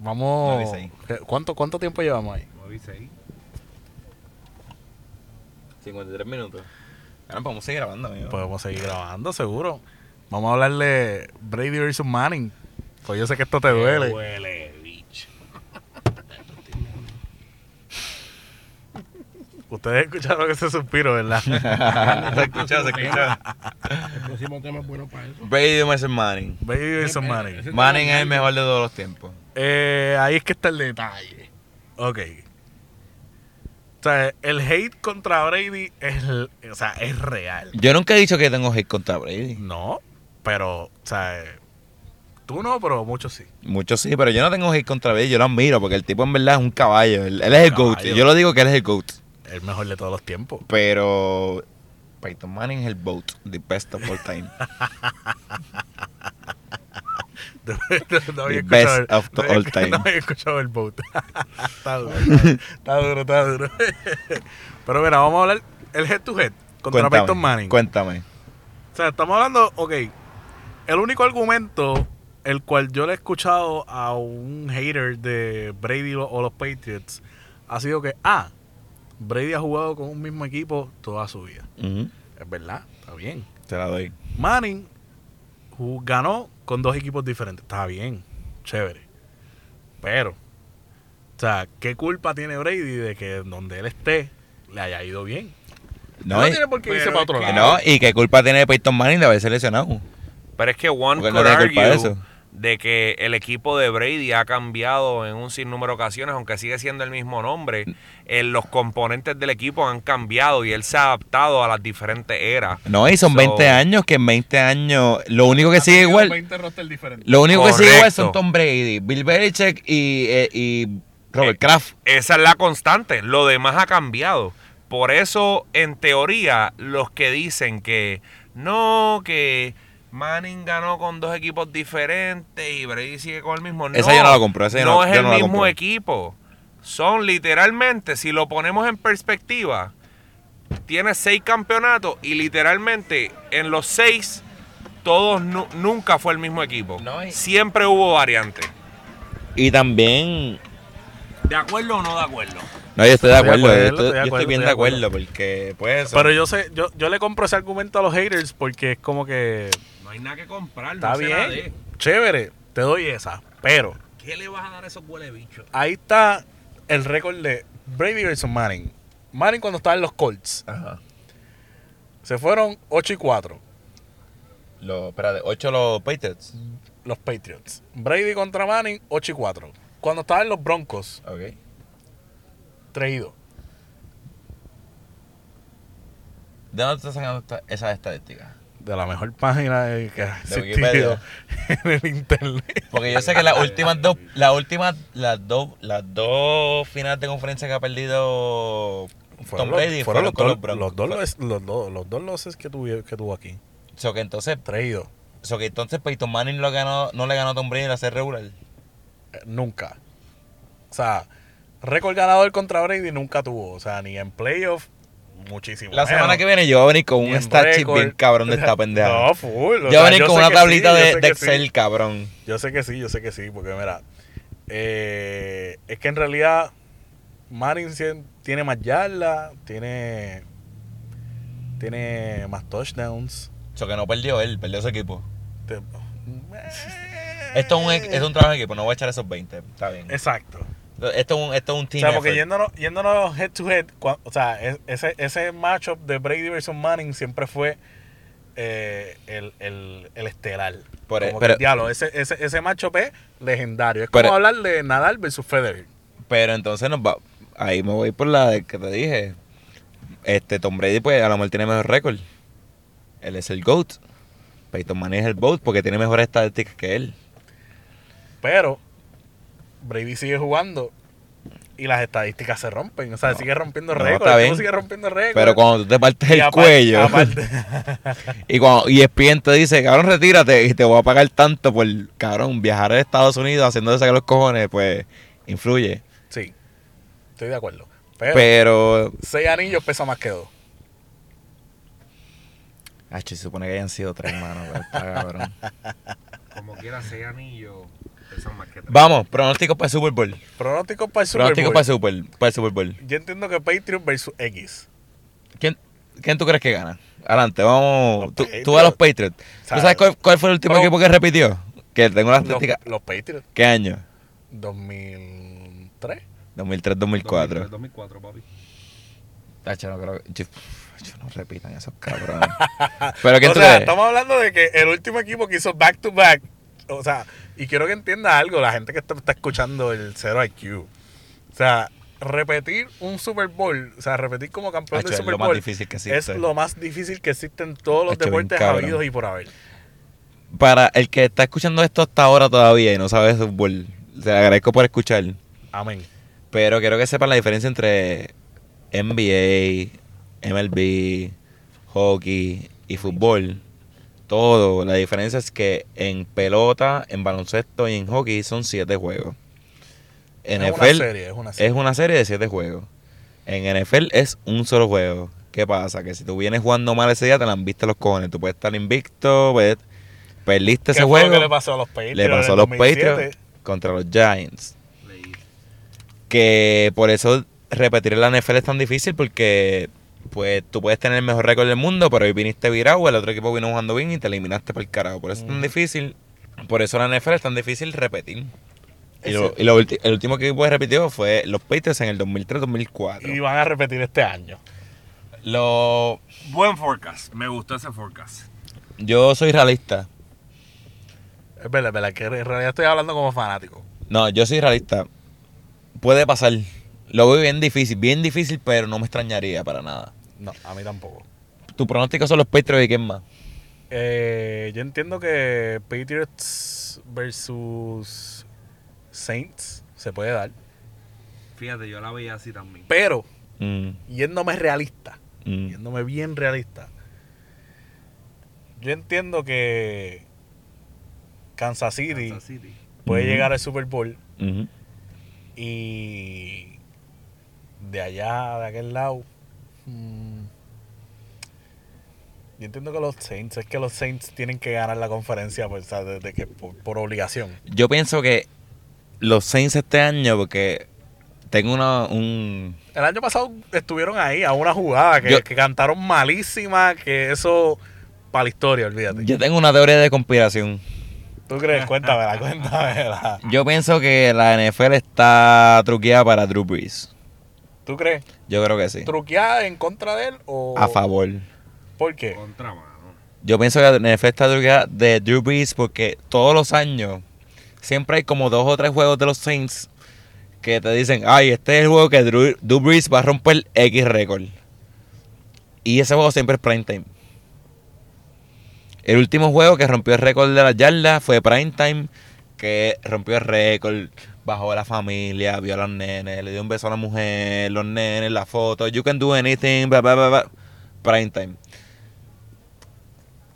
Speaker 2: Vamos.
Speaker 1: Nueve y
Speaker 2: ¿Cuánto, ¿Cuánto tiempo llevamos ahí?
Speaker 5: Como dice ahí.
Speaker 1: 53 minutos. Bueno, podemos seguir grabando, amigo.
Speaker 2: Podemos seguir grabando, seguro. Vamos a hablarle Brady versus Manning. Pues yo sé que esto te duele.
Speaker 5: Huele, bicho.
Speaker 2: Ustedes escucharon ese suspiro, ¿verdad?
Speaker 1: Ah, se escuchó, se escuchó.
Speaker 4: El próximo tema es bueno para eso.
Speaker 1: Brady versus Manning.
Speaker 2: Brady versus Manning.
Speaker 4: Ese tema
Speaker 1: Manning es
Speaker 4: largo.
Speaker 1: el mejor de todos los tiempos.
Speaker 2: Eh, ahí es que está el detalle. Ok. O sea, el hate contra Brady es, o sea, es real.
Speaker 1: Yo nunca he dicho que tengo hate contra Brady.
Speaker 2: No, pero, o sea, eh, tú no, pero muchos sí.
Speaker 1: Muchos sí, pero yo no tengo hate contra Brady. Yo lo admiro porque el tipo en verdad es un caballo. Él, él es el GOAT.
Speaker 2: Caballo.
Speaker 1: Yo lo digo que él es el GOAT.
Speaker 2: El mejor de todos los tiempos.
Speaker 1: Pero Peyton Manning es el GOAT. The best of all time.
Speaker 2: No, no había
Speaker 1: The best
Speaker 2: escuchado el-
Speaker 1: of
Speaker 2: no
Speaker 1: all
Speaker 2: había-
Speaker 1: time.
Speaker 2: No había escuchado el vote. está duro, está duro, está duro. pero mira, vamos a hablar el head to head contra
Speaker 1: Cuéntame,
Speaker 2: Peyton Manning.
Speaker 1: Cuéntame.
Speaker 2: O sea, estamos hablando, ok, el único argumento el cual yo le he escuchado a un hater de Brady o- o los Patriots ha sido que, ah, Brady ha jugado con un mismo equipo toda su vida.
Speaker 1: Ujú,
Speaker 2: Es verdad, está bien.
Speaker 1: Te la doy.
Speaker 2: Manning ju- ganó con dos equipos diferentes. Está bien, chévere. Pero, o sea, ¿qué culpa tiene Brady de que donde él esté le haya ido bien?
Speaker 1: No, eh. y,
Speaker 2: tiene por qué irse
Speaker 5: pero
Speaker 2: para otro
Speaker 5: es
Speaker 1: que
Speaker 2: lado.
Speaker 1: no, ¿y qué culpa tiene Peyton Manning de haber seleccionado?
Speaker 5: Pero es que one
Speaker 1: Porque
Speaker 5: could
Speaker 1: no tiene culpa de
Speaker 5: argue
Speaker 1: eso.
Speaker 5: de que el equipo de Brady ha cambiado en un sinnúmero de ocasiones, aunque sigue siendo el mismo nombre. eh, los componentes del equipo han cambiado y él se ha adaptado a las diferentes eras.
Speaker 1: No, y son
Speaker 5: So-
Speaker 1: 20 años, que en 20 años lo único que sigue igual,
Speaker 2: 20 roster diferentes.
Speaker 1: lo único que sigue igual
Speaker 5: Correcto.
Speaker 1: son Tom Brady, Bill Belichick y, eh, y Robert Kraft.
Speaker 5: Esa es la constante. Lo demás ha cambiado. Por eso, en teoría, los que dicen que no, que Manning ganó con dos equipos diferentes y Brady sigue con el mismo. No,
Speaker 1: Esa yo no la compro, esa yo no-
Speaker 5: es
Speaker 1: yo
Speaker 5: el
Speaker 1: no la
Speaker 5: mismo
Speaker 1: compro.
Speaker 5: equipo. Son literalmente, si lo ponemos en perspectiva, tiene seis campeonatos y literalmente en los seis, todos nu- nunca fue el mismo equipo.
Speaker 1: No, y-
Speaker 5: Siempre hubo variantes.
Speaker 1: Y también,
Speaker 5: ¿De acuerdo o no de acuerdo?
Speaker 1: no, yo estoy de
Speaker 2: Estoy de
Speaker 1: acuerdo, yo
Speaker 2: acuerdo,
Speaker 1: estoy,
Speaker 2: estoy de
Speaker 1: yo estoy
Speaker 2: acuerdo,
Speaker 1: bien
Speaker 2: estoy
Speaker 1: de
Speaker 2: de acuerdo.
Speaker 1: acuerdo, porque pues...
Speaker 2: Pero yo sé, yo, yo le compro ese argumento a los haters porque es como que
Speaker 5: No hay nada que comprar.
Speaker 2: está
Speaker 5: no se la dé.
Speaker 2: bien, chévere, te doy esa, pero
Speaker 5: ¿Qué le vas a dar a esos huele bichos?
Speaker 2: Ahí está el récord de Brady vs. Manning. Manning cuando estaba en los Colts.
Speaker 1: Ajá.
Speaker 2: Se fueron 8 y 4
Speaker 1: Los, espérate, 8 los Patriots.
Speaker 2: los Patriots. Brady contra Manning, 8 y 4. Cuando estaba en los Broncos,
Speaker 1: Ok.
Speaker 2: 3 y 2.
Speaker 1: ¿De dónde estás sacando esta- esas estadísticas?
Speaker 2: De la mejor página de- que ha
Speaker 1: De
Speaker 2: existido
Speaker 1: Wikipedia.
Speaker 2: en el internet.
Speaker 1: Porque yo sé que las últimas dos, las últimas, las dos, las dos finales de conferencia que ha perdido Tom Brady fueron,
Speaker 2: los,
Speaker 1: con
Speaker 2: dos-
Speaker 1: los Broncos.
Speaker 2: los dos los, los dos- los dos losses que, tuvi- que tuvo aquí.
Speaker 1: So que entonces,
Speaker 2: 3 y 2.
Speaker 1: so que entonces pues, Peyton Manning lo ganó, no le ganó a Tom Brady en la serie regular.
Speaker 2: Eh, Nunca. O sea, récord ganador contra Brady nunca tuvo. O sea, ni en playoff, muchísimo.
Speaker 1: La semana
Speaker 2: menos.
Speaker 1: que viene yo voy a venir con
Speaker 2: Ni
Speaker 1: un
Speaker 2: en
Speaker 1: stat sheet
Speaker 2: récord.
Speaker 1: bien cabrón de esta pendeja.
Speaker 2: No, full. o
Speaker 1: yo voy
Speaker 2: sea,
Speaker 1: a venir con
Speaker 2: sé
Speaker 1: una
Speaker 2: que sí,
Speaker 1: tablita
Speaker 2: yo
Speaker 1: de, de
Speaker 2: sé que sí.
Speaker 1: Excel, cabrón.
Speaker 2: Yo sé que sí, yo sé que sí, porque mira, eh, es que en realidad Marin sie- tiene más yardas, tiene, tiene más touchdowns.
Speaker 1: Eso que no perdió él, perdió su equipo.
Speaker 2: Te- eh.
Speaker 1: Esto es un, es un trabajo de equipo, no voy a echar esos 20. Está bien.
Speaker 2: Exacto.
Speaker 1: Esto es un, esto es un
Speaker 2: O
Speaker 1: team.
Speaker 2: sea, porque
Speaker 1: effort.
Speaker 2: yéndonos, yéndonos head to head, cua- o sea, es- ese, ese matchup de Brady versus Manning siempre fue eh, el, el, el estelar.
Speaker 1: Por- e,
Speaker 2: Como que,
Speaker 1: pero-
Speaker 2: diablo, ese, ese, ese matchup es legendario. Es
Speaker 1: Pero-
Speaker 2: como hablar de Nadal versus Federer.
Speaker 1: Pero entonces nos va. Ahí me voy por la de que te dije. Este Tom Brady, pues a lo mejor tiene mejor récord. Él es el GOAT. Peyton Manning es el GOAT porque tiene mejores estadísticas que él.
Speaker 2: Pero Brady sigue jugando y las estadísticas se rompen. O sea, sigue rompiendo
Speaker 1: No,
Speaker 2: récords.
Speaker 1: está
Speaker 2: el tipo
Speaker 1: bien.
Speaker 2: sigue rompiendo récords.
Speaker 1: Pero cuando tú te partes
Speaker 2: Y
Speaker 1: el
Speaker 2: apar-
Speaker 1: cuello
Speaker 2: aparte-
Speaker 1: y cuando y ESPN te dice, cabrón, retírate y te voy a pagar tanto por, cabrón, viajar a Estados Unidos haciendo sacar los cojones, pues influye.
Speaker 2: sí, estoy de acuerdo. Pero,
Speaker 1: Pero,
Speaker 2: seis anillos pesa más que dos.
Speaker 1: ah, se supone que hayan sido tres manos, pero está cabrón.
Speaker 5: Como quiera, seis anillos. Esas maquetas.
Speaker 1: Vamos, pronóstico para el Super Bowl.
Speaker 2: Pronóstico para el Super
Speaker 1: Pronóstico
Speaker 2: Bowl.
Speaker 1: para el Super, para el Super Bowl.
Speaker 2: Yo entiendo que Patriots versus X.
Speaker 1: ¿Quién, quién tú crees que gana? Adelante, vamos.
Speaker 2: Los
Speaker 1: Tú, tú a los Patriots. ¿Tú
Speaker 2: O sea,
Speaker 1: sabes cuál, cuál fue el último
Speaker 2: pero-
Speaker 1: equipo que repitió? Que tengo las
Speaker 2: Los,
Speaker 1: estadísticas.
Speaker 2: los Patriots.
Speaker 1: ¿Qué año?
Speaker 2: 2003.
Speaker 1: 2003, 2004.
Speaker 5: 2004, papi.
Speaker 1: Tacho, no creo que- yo- yo no repitan esos cabrones. Pero ¿quién
Speaker 2: o
Speaker 1: tú
Speaker 2: sea,
Speaker 1: crees?
Speaker 2: estamos hablando de que el último equipo que hizo back to back, o sea, y quiero que entienda algo, la gente que está, está escuchando el 0 IQ. O sea, repetir un Super Bowl, o sea, repetir como campeón
Speaker 1: Tacho,
Speaker 2: del
Speaker 1: es
Speaker 2: Super
Speaker 1: lo más
Speaker 2: Bowl
Speaker 1: difícil que
Speaker 2: es
Speaker 1: existe.
Speaker 2: lo más difícil que existe en todos los
Speaker 1: Tacho, bien
Speaker 2: deportes
Speaker 1: cabrón.
Speaker 2: habidos y por haber.
Speaker 1: Para el que está escuchando esto hasta ahora todavía y no sabe de fútbol, te agradezco por escuchar.
Speaker 2: Amén.
Speaker 1: Pero quiero que sepan la diferencia entre NBA, MLB, hockey y fútbol. Todo. La diferencia es que en pelota, en baloncesto y en hockey son siete juegos. En
Speaker 2: es una
Speaker 1: NFL
Speaker 2: serie, es una
Speaker 1: es este
Speaker 2: serie.
Speaker 1: una serie de siete juegos. En NFL es un solo juego. ¿Qué pasa? Que si tú vienes jugando mal ese día, te la han visto los cojones. Tú puedes estar invicto, puedes- perdiste
Speaker 2: ¿Qué
Speaker 1: ese
Speaker 2: fue lo
Speaker 1: juego.
Speaker 2: que le pasó a los Patriots?
Speaker 1: Le
Speaker 2: en
Speaker 1: pasó a
Speaker 2: el
Speaker 1: los
Speaker 2: 2007?
Speaker 1: Patriots contra los Giants
Speaker 5: Leí.
Speaker 1: que por eso repetir en la NFL es tan difícil porque pues tú puedes tener el mejor récord del mundo, pero hoy viniste virado, el otro equipo vino jugando bien y te eliminaste por el carajo. Por eso es tan
Speaker 2: Mm.
Speaker 1: difícil. Por eso en la NFL es tan difícil repetir. Y,
Speaker 2: Es
Speaker 1: lo-
Speaker 2: cierto.
Speaker 1: y lo ulti- el último equipo que repitió fue los Patriots en el
Speaker 2: Y
Speaker 1: 2003-2004.
Speaker 2: van a repetir este año.
Speaker 1: Lo-
Speaker 5: Buen forecast. Me gustó ese forecast.
Speaker 1: Yo soy realista.
Speaker 2: Es verdad, es verdad, que en realidad estoy hablando como fanático.
Speaker 1: No, yo soy realista. Puede pasar. Lo veo bien difícil, bien difícil, pero no me extrañaría para nada.
Speaker 2: No, a mí tampoco.
Speaker 1: Tu pronóstico son los Patriots y quién más.
Speaker 2: Eh, yo entiendo que Patriots versus Saints se puede dar.
Speaker 5: Fíjate, yo la veía así también.
Speaker 2: Pero,
Speaker 1: Mm,
Speaker 2: yéndome realista,
Speaker 1: mm.
Speaker 2: yéndome bien realista, yo entiendo que Kansas City
Speaker 5: Kansas City.
Speaker 2: puede
Speaker 1: Ujú.
Speaker 2: llegar al Super Bowl
Speaker 1: Ujú.
Speaker 2: y de allá, de aquel lado. mm, yo entiendo que los Saints, es que los Saints tienen que ganar la conferencia pues, o sea, de- de que por- por obligación.
Speaker 1: Yo pienso que los Saints este año, porque tengo una, un.
Speaker 2: El año pasado estuvieron ahí a una jugada que,
Speaker 1: Yo-
Speaker 2: que cantaron malísima, que eso para la historia, olvídate.
Speaker 1: Yo tengo una teoría de conspiración.
Speaker 2: ¿Tú crees? Cuéntamela, cuéntamela.
Speaker 1: Yo pienso que la NFL está truqueada para Drew Brees.
Speaker 2: ¿Tú crees?
Speaker 1: Yo creo que sí.
Speaker 2: ¿Truqueada en contra de él o...?
Speaker 1: A favor.
Speaker 2: ¿Por qué?
Speaker 5: Contra mano.
Speaker 1: Yo pienso que la NFL está truqueada de Drew Brees porque todos los años siempre hay como dos o tres juegos de los Saints que te dicen, ay, este es el juego que Drew, Drew Brees va a romper X récord. Y ese juego siempre es prime time. El último juego que rompió el récord de las yardas fue prime time, que rompió el récord, bajó a la familia, vio a los nenes, le dio un beso a la mujer, los nenes, la foto, you can do anything, bla, bla, bla, bla. Prime time.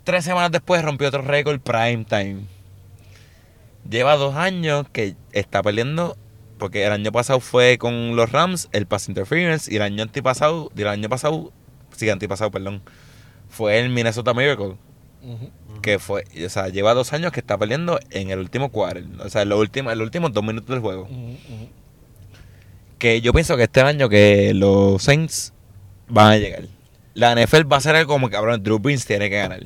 Speaker 1: Tres semanas después rompió otro récord, prime time. Lleva dos años que está perdiendo, porque el año pasado fue con los Rams, el pass interference, y el año antipasado, y el año pasado, sí, antipasado, perdón, fue el Minnesota Miracle
Speaker 2: Ujú.
Speaker 1: que fue, o sea, lleva dos años que está perdiendo en el último quarter, o sea, en los últimos, en los últimos dos minutos del juego.
Speaker 2: Ujú, ujú.
Speaker 1: Que yo pienso que este año que los Saints van a llegar. La NFL va a ser algo como cabrón, Drew Brees tiene que ganar.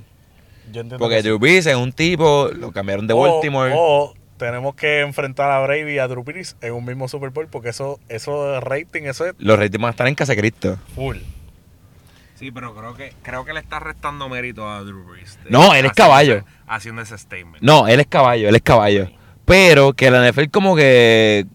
Speaker 2: Yo entiendo
Speaker 1: Porque
Speaker 2: que sí. Oh,
Speaker 1: Drew Brees es un tipo, lo cambiaron de
Speaker 2: O-
Speaker 1: Baltimore.
Speaker 2: O tenemos que enfrentar a Brady y a Drew Brees en un mismo Super Bowl porque eso, eso de rating, eso es
Speaker 1: Los Reyes van a estar en casa de Cristo.
Speaker 2: full.
Speaker 5: Sí, pero creo que creo que le está restando mérito a Drew Brees. de-
Speaker 1: No, él es
Speaker 5: haciendo-
Speaker 1: caballo.
Speaker 5: Haciendo ese statement.
Speaker 1: No, él es caballo, él es caballo. Pero que la NFL como que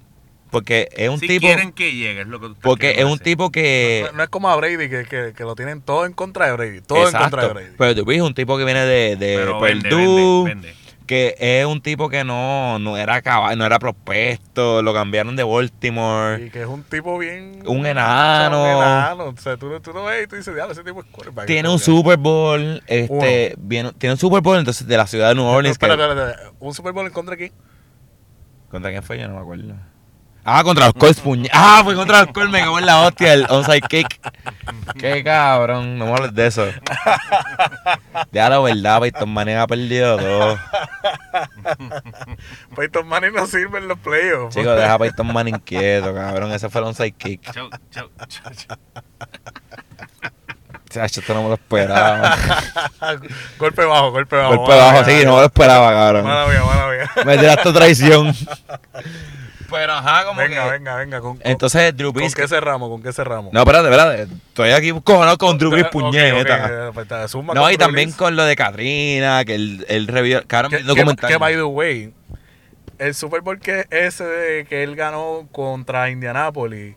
Speaker 1: porque es un
Speaker 5: si
Speaker 1: tipo
Speaker 5: quieren que llegue, es lo que tú estás
Speaker 1: porque es
Speaker 5: queriendo
Speaker 1: un
Speaker 5: decir.
Speaker 1: tipo que
Speaker 2: No, no es como a Brady que, que, que lo tienen todo en contra de Brady. Todo en contra de
Speaker 1: Exacto.
Speaker 2: Brady.
Speaker 1: Pero Drew Brees es un tipo que viene de, de
Speaker 5: Pero vende,
Speaker 1: Purdue,
Speaker 5: vende, vende.
Speaker 1: que es un tipo que no, no era caballo, no era prospecto, lo cambiaron de Baltimore.
Speaker 2: Y que es un tipo bien.
Speaker 1: Un enano.
Speaker 2: O sea, un enano. O sea, tú, tú lo ves y tú dices, diablo, ese tipo es quarterback.
Speaker 1: Tiene un
Speaker 2: O sea,
Speaker 1: Super Bowl, este, viene- tiene un Super Bowl entonces de la ciudad de New
Speaker 2: pero,
Speaker 1: Orleans. que-
Speaker 2: espera, espera, espera. ¿Un Super Bowl en contra de quién?
Speaker 1: ¿Contra quién fue? Yo no me acuerdo. Ah, contra los Colts, puñe- Ah, fue contra los Colts, me cago en la hostia, el onside kick. Qué cabrón, no me hables de eso. Ya la verdad, Peyton Manning ha perdido todo.
Speaker 2: Peyton Manning Pues no sirve en los playoffs.
Speaker 1: Chicos, deja a Peyton Manning quieto, cabrón. Ese fue el onside kick.
Speaker 5: Chau, chau, chau, chau.
Speaker 1: Chacho, esto no me lo esperaba.
Speaker 2: golpe bajo, golpe bajo.
Speaker 1: Golpe
Speaker 2: mala
Speaker 1: bajo,
Speaker 2: mía,
Speaker 1: sí, no me lo esperaba, cabrón.
Speaker 2: Mala mía, mala mía.
Speaker 1: Me tiraste traición. Pero ajá, como
Speaker 2: Venga,
Speaker 1: que-
Speaker 2: venga, venga. Con, con-
Speaker 1: Entonces, Drew
Speaker 2: ¿Con
Speaker 1: Brees...
Speaker 2: qué cerramos? ¿Con qué cerramos?
Speaker 1: No, espérate, espérate. Estoy aquí cojonado con Drew Brees,
Speaker 2: Ok,
Speaker 1: puñeta.
Speaker 2: ok, pues, te suma
Speaker 1: No,
Speaker 2: con
Speaker 1: y
Speaker 2: Drew
Speaker 1: también
Speaker 2: Brees.
Speaker 1: con lo de Katrina, que él, él revió... Cabrón,
Speaker 2: Que-
Speaker 1: el
Speaker 2: Que,
Speaker 1: documental.
Speaker 2: que, by the way, el Super Bowl que ese de que él ganó contra Indianapolis,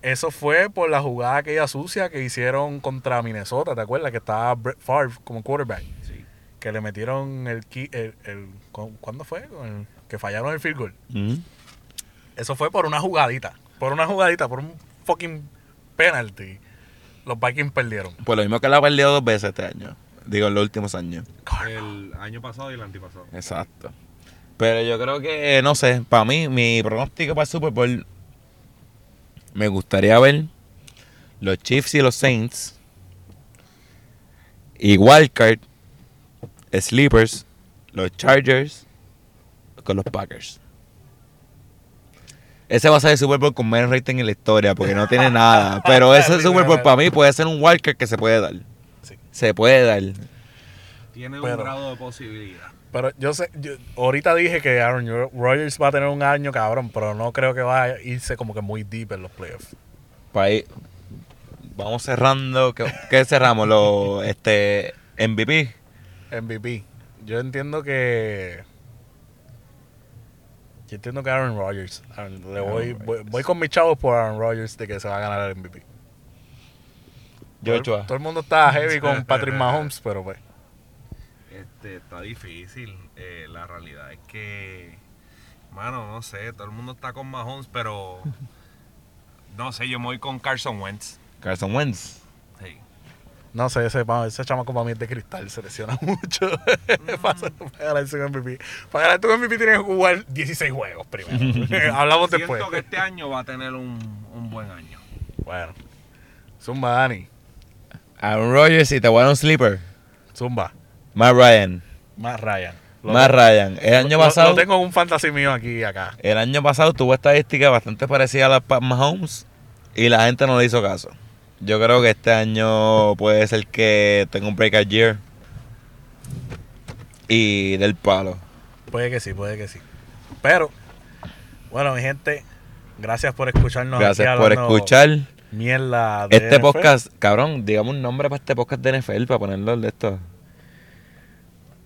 Speaker 2: eso fue por la jugada aquella sucia que hicieron contra Minnesota, ¿te acuerdas? Que estaba Brett Favre como quarterback.
Speaker 5: Sí.
Speaker 2: Que le metieron el... ki- el, el- ¿cu- ¿Cuándo fue? Con el- que fallaron el field goal.
Speaker 1: Ujú.
Speaker 2: Eso fue por una jugadita. Por una jugadita, por un fucking penalty. Los Vikings perdieron.
Speaker 1: Pues lo mismo que la ha perdido dos veces este año. Digo, en los últimos años.
Speaker 5: El año pasado y el antipasado.
Speaker 1: Exacto. Pero yo creo que, eh, no sé, para mí, mi pronóstico para el Super Bowl, me gustaría ver los Chiefs y los Saints. Y Wildcard, Sleepers, los Chargers con los Packers. Ese va a ser el Super Bowl con menos rating en la historia porque no tiene nada. Pero ese Super Bowl para mí puede ser un Wildcard que se puede dar.
Speaker 2: Sí.
Speaker 1: Se puede dar.
Speaker 5: Tiene
Speaker 2: Pero-
Speaker 5: un grado de posibilidad.
Speaker 2: Pero yo sé, yo- ahorita dije que Aaron Rodgers va a tener un año cabrón, pero no creo que va a irse como que muy deep en los playoffs.
Speaker 1: Pa' Pues ahí. Vamos cerrando. ¿Qué, qué cerramos? Lo, este, MVP.
Speaker 2: MVP. Yo entiendo que. Yo entiendo que Aaron Rodgers. Aaron- le
Speaker 1: Aaron
Speaker 2: voy, voy,
Speaker 1: Rodgers.
Speaker 2: voy con mis chavos por Aaron Rodgers de que se va a ganar el MVP.
Speaker 1: Yo,
Speaker 2: todo,
Speaker 1: Ochoa.
Speaker 2: el- todo el mundo está heavy con Patrick Mahomes, pero pues.
Speaker 5: Este, está difícil. Eh, la realidad es que, mano, no sé, todo el mundo está con Mahomes, pero no sé, yo me voy con Carson Wentz.
Speaker 1: Carson Wentz.
Speaker 5: Sí.
Speaker 2: No sé, ese, pa- ese chamaco para mí es de cristal, se lesiona mucho. para hacer- para ganarse un MVP. Para ganarte un MVP tienes que jugar 16 juegos primero. Hablamos
Speaker 5: Siento
Speaker 2: después.
Speaker 5: que este año va a tener un, un buen año.
Speaker 2: Bueno. Zumba, Dani.
Speaker 1: Aaron Rodgers y te voy a dar un sleeper.
Speaker 2: Zumba.
Speaker 1: Matt Ryan.
Speaker 2: Más Ryan. Lo
Speaker 1: Matt
Speaker 2: tengo-
Speaker 1: Ryan. El año
Speaker 2: lo-
Speaker 1: pasado.
Speaker 2: Lo tengo en un fantasy mío aquí y acá.
Speaker 1: El año pasado tuvo estadísticas bastante parecidas a las Pat Mahomes. Y la gente no le hizo caso. Yo creo que este año puede ser que tenga un breakout year. Y del palo.
Speaker 2: Puede que sí, puede que sí. Pero, bueno, mi gente, gracias por escucharnos.
Speaker 1: Gracias
Speaker 2: aquí
Speaker 1: por
Speaker 2: hablando
Speaker 1: escuchar.
Speaker 2: Mierda de
Speaker 1: Este
Speaker 2: NFL.
Speaker 1: podcast, cabrón, digamos un nombre para este podcast de NFL, para ponerlo de esto.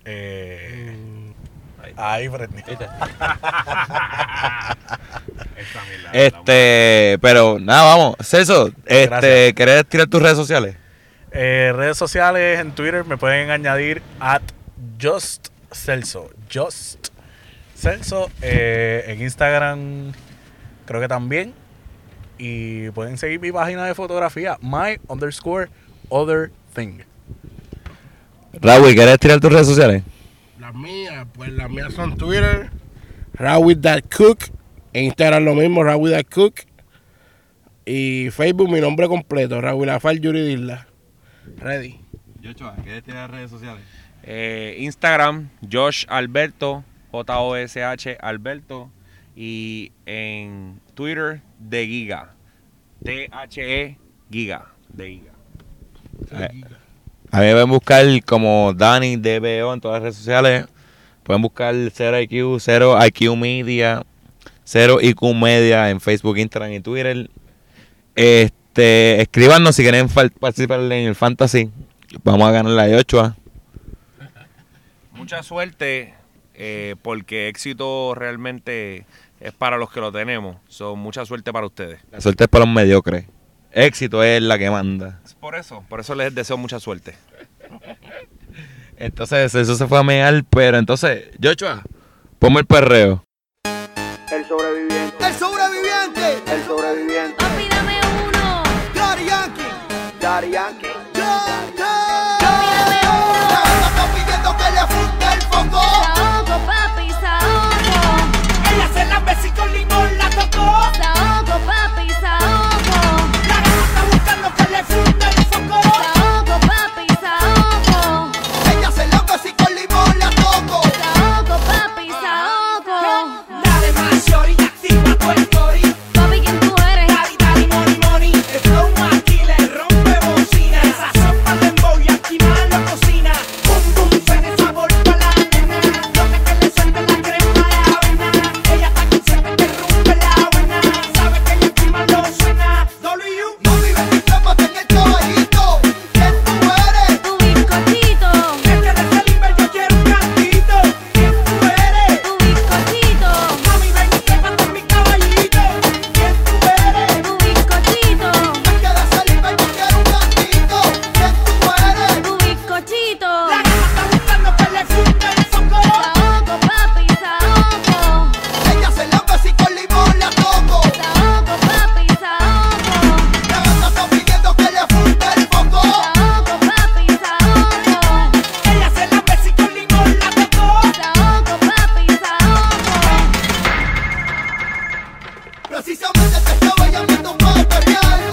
Speaker 2: Eh, ahí prendí.
Speaker 5: Esta mierda.
Speaker 3: Eh,
Speaker 1: Este, pero nada, vamos. Celso, este,
Speaker 2: Gracias.
Speaker 1: ¿querés tirar tus redes sociales?
Speaker 2: Eh, redes sociales en Twitter me pueden añadir at Just Celso. Just Celso. eh, en Instagram creo que también. Y pueden seguir mi página de fotografía, my underscore other thing.
Speaker 1: Raúl, ¿querés tirar tus redes sociales?
Speaker 4: Las mías, pues las mías son Twitter, Cook, en Instagram lo mismo, Cook y Facebook mi nombre completo, Raúl Afal Yuri Isla. Ready.
Speaker 5: Yochoa, ¿quieres tirar redes sociales?
Speaker 3: Eh, Instagram, Josh Alberto, J-O-S-H Alberto. Y en Twitter, de Giga. T-H-E Giga. De Giga.
Speaker 1: Eh, A mí me pueden buscar como Dani DBO en todas las redes sociales. Pueden buscar 0IQ, 0IQ Media, 0IQ Media en Facebook, Instagram y Twitter. Este, escríbanos si quieren fal- participar en el Fantasy. Vamos a ganar la de 8.
Speaker 3: Mucha suerte, eh, porque éxito realmente es para los que lo tenemos. Son mucha suerte para ustedes.
Speaker 1: La suerte es para los mediocres. Éxito es la que manda.
Speaker 3: Es por eso. Por eso les deseo mucha suerte.
Speaker 1: Entonces, eso se fue a mear, pero entonces, Joshua, ponme el perreo.
Speaker 6: El sobreviviente,
Speaker 7: El sobreviviente,
Speaker 6: el sobreviviente,
Speaker 8: Papi, dame uno.
Speaker 7: Daddy Yankee.
Speaker 6: Daddy Yankee.
Speaker 7: Ya, ya. La banda está pidiendo que le funde el foco.
Speaker 8: Saoco, papi, saoco.
Speaker 7: Oh, Él hace la Messi con limón, la tocó.
Speaker 8: Saoco, papi, saoco.
Speaker 7: La banda está buscando que le funde el foco.
Speaker 8: Saoco, papi, saoco.
Speaker 7: Ella hace la Messi con limón, la tocó.
Speaker 8: Saoco, papi, saoco.
Speaker 7: La de Marjorie activa tu story.
Speaker 8: Papi, ¿quién tú eres?
Speaker 7: Daddy, daddy, money, money. El flow aquí le rompe bocina. Esa sopa de dembow y aquí más lo cocina. Bum, bum, suena sabor pa' la nena. Donde que le suelte la crema a la avena. Ella está aquí siempre que rompe la avena. Sabe que ella aquí más lo suena. W. No vive mi trampa, ten el caballito. ¿Quién tú eres?
Speaker 8: Tu bizcochito.
Speaker 7: Desde este libre yo quiero un cantito. ¿Quién tú eres?
Speaker 8: Tu bizcochito.
Speaker 7: Mami, ven y quédate con mi caballito. ¿Quién tú eres?
Speaker 8: Tu bizcochito.
Speaker 7: Me queda saliva y yo quiero un cantito. ¿Quién tú eres?
Speaker 8: Tu bizcochito.
Speaker 7: La gata está buscando que le funde el foco.
Speaker 8: Saoco, papi, saoco.
Speaker 7: Ella se la besa y con limón la toco.
Speaker 8: Saoco, papi, saoco.
Speaker 7: La gata está pidiendo que le funde el foco.
Speaker 8: Saoco, papi, saoco.
Speaker 7: Ella se la besa y con limón la toco.
Speaker 8: Saoco, papi, saoco.
Speaker 7: Precisamente te estaba llamando para perrear.
Speaker 8: oh.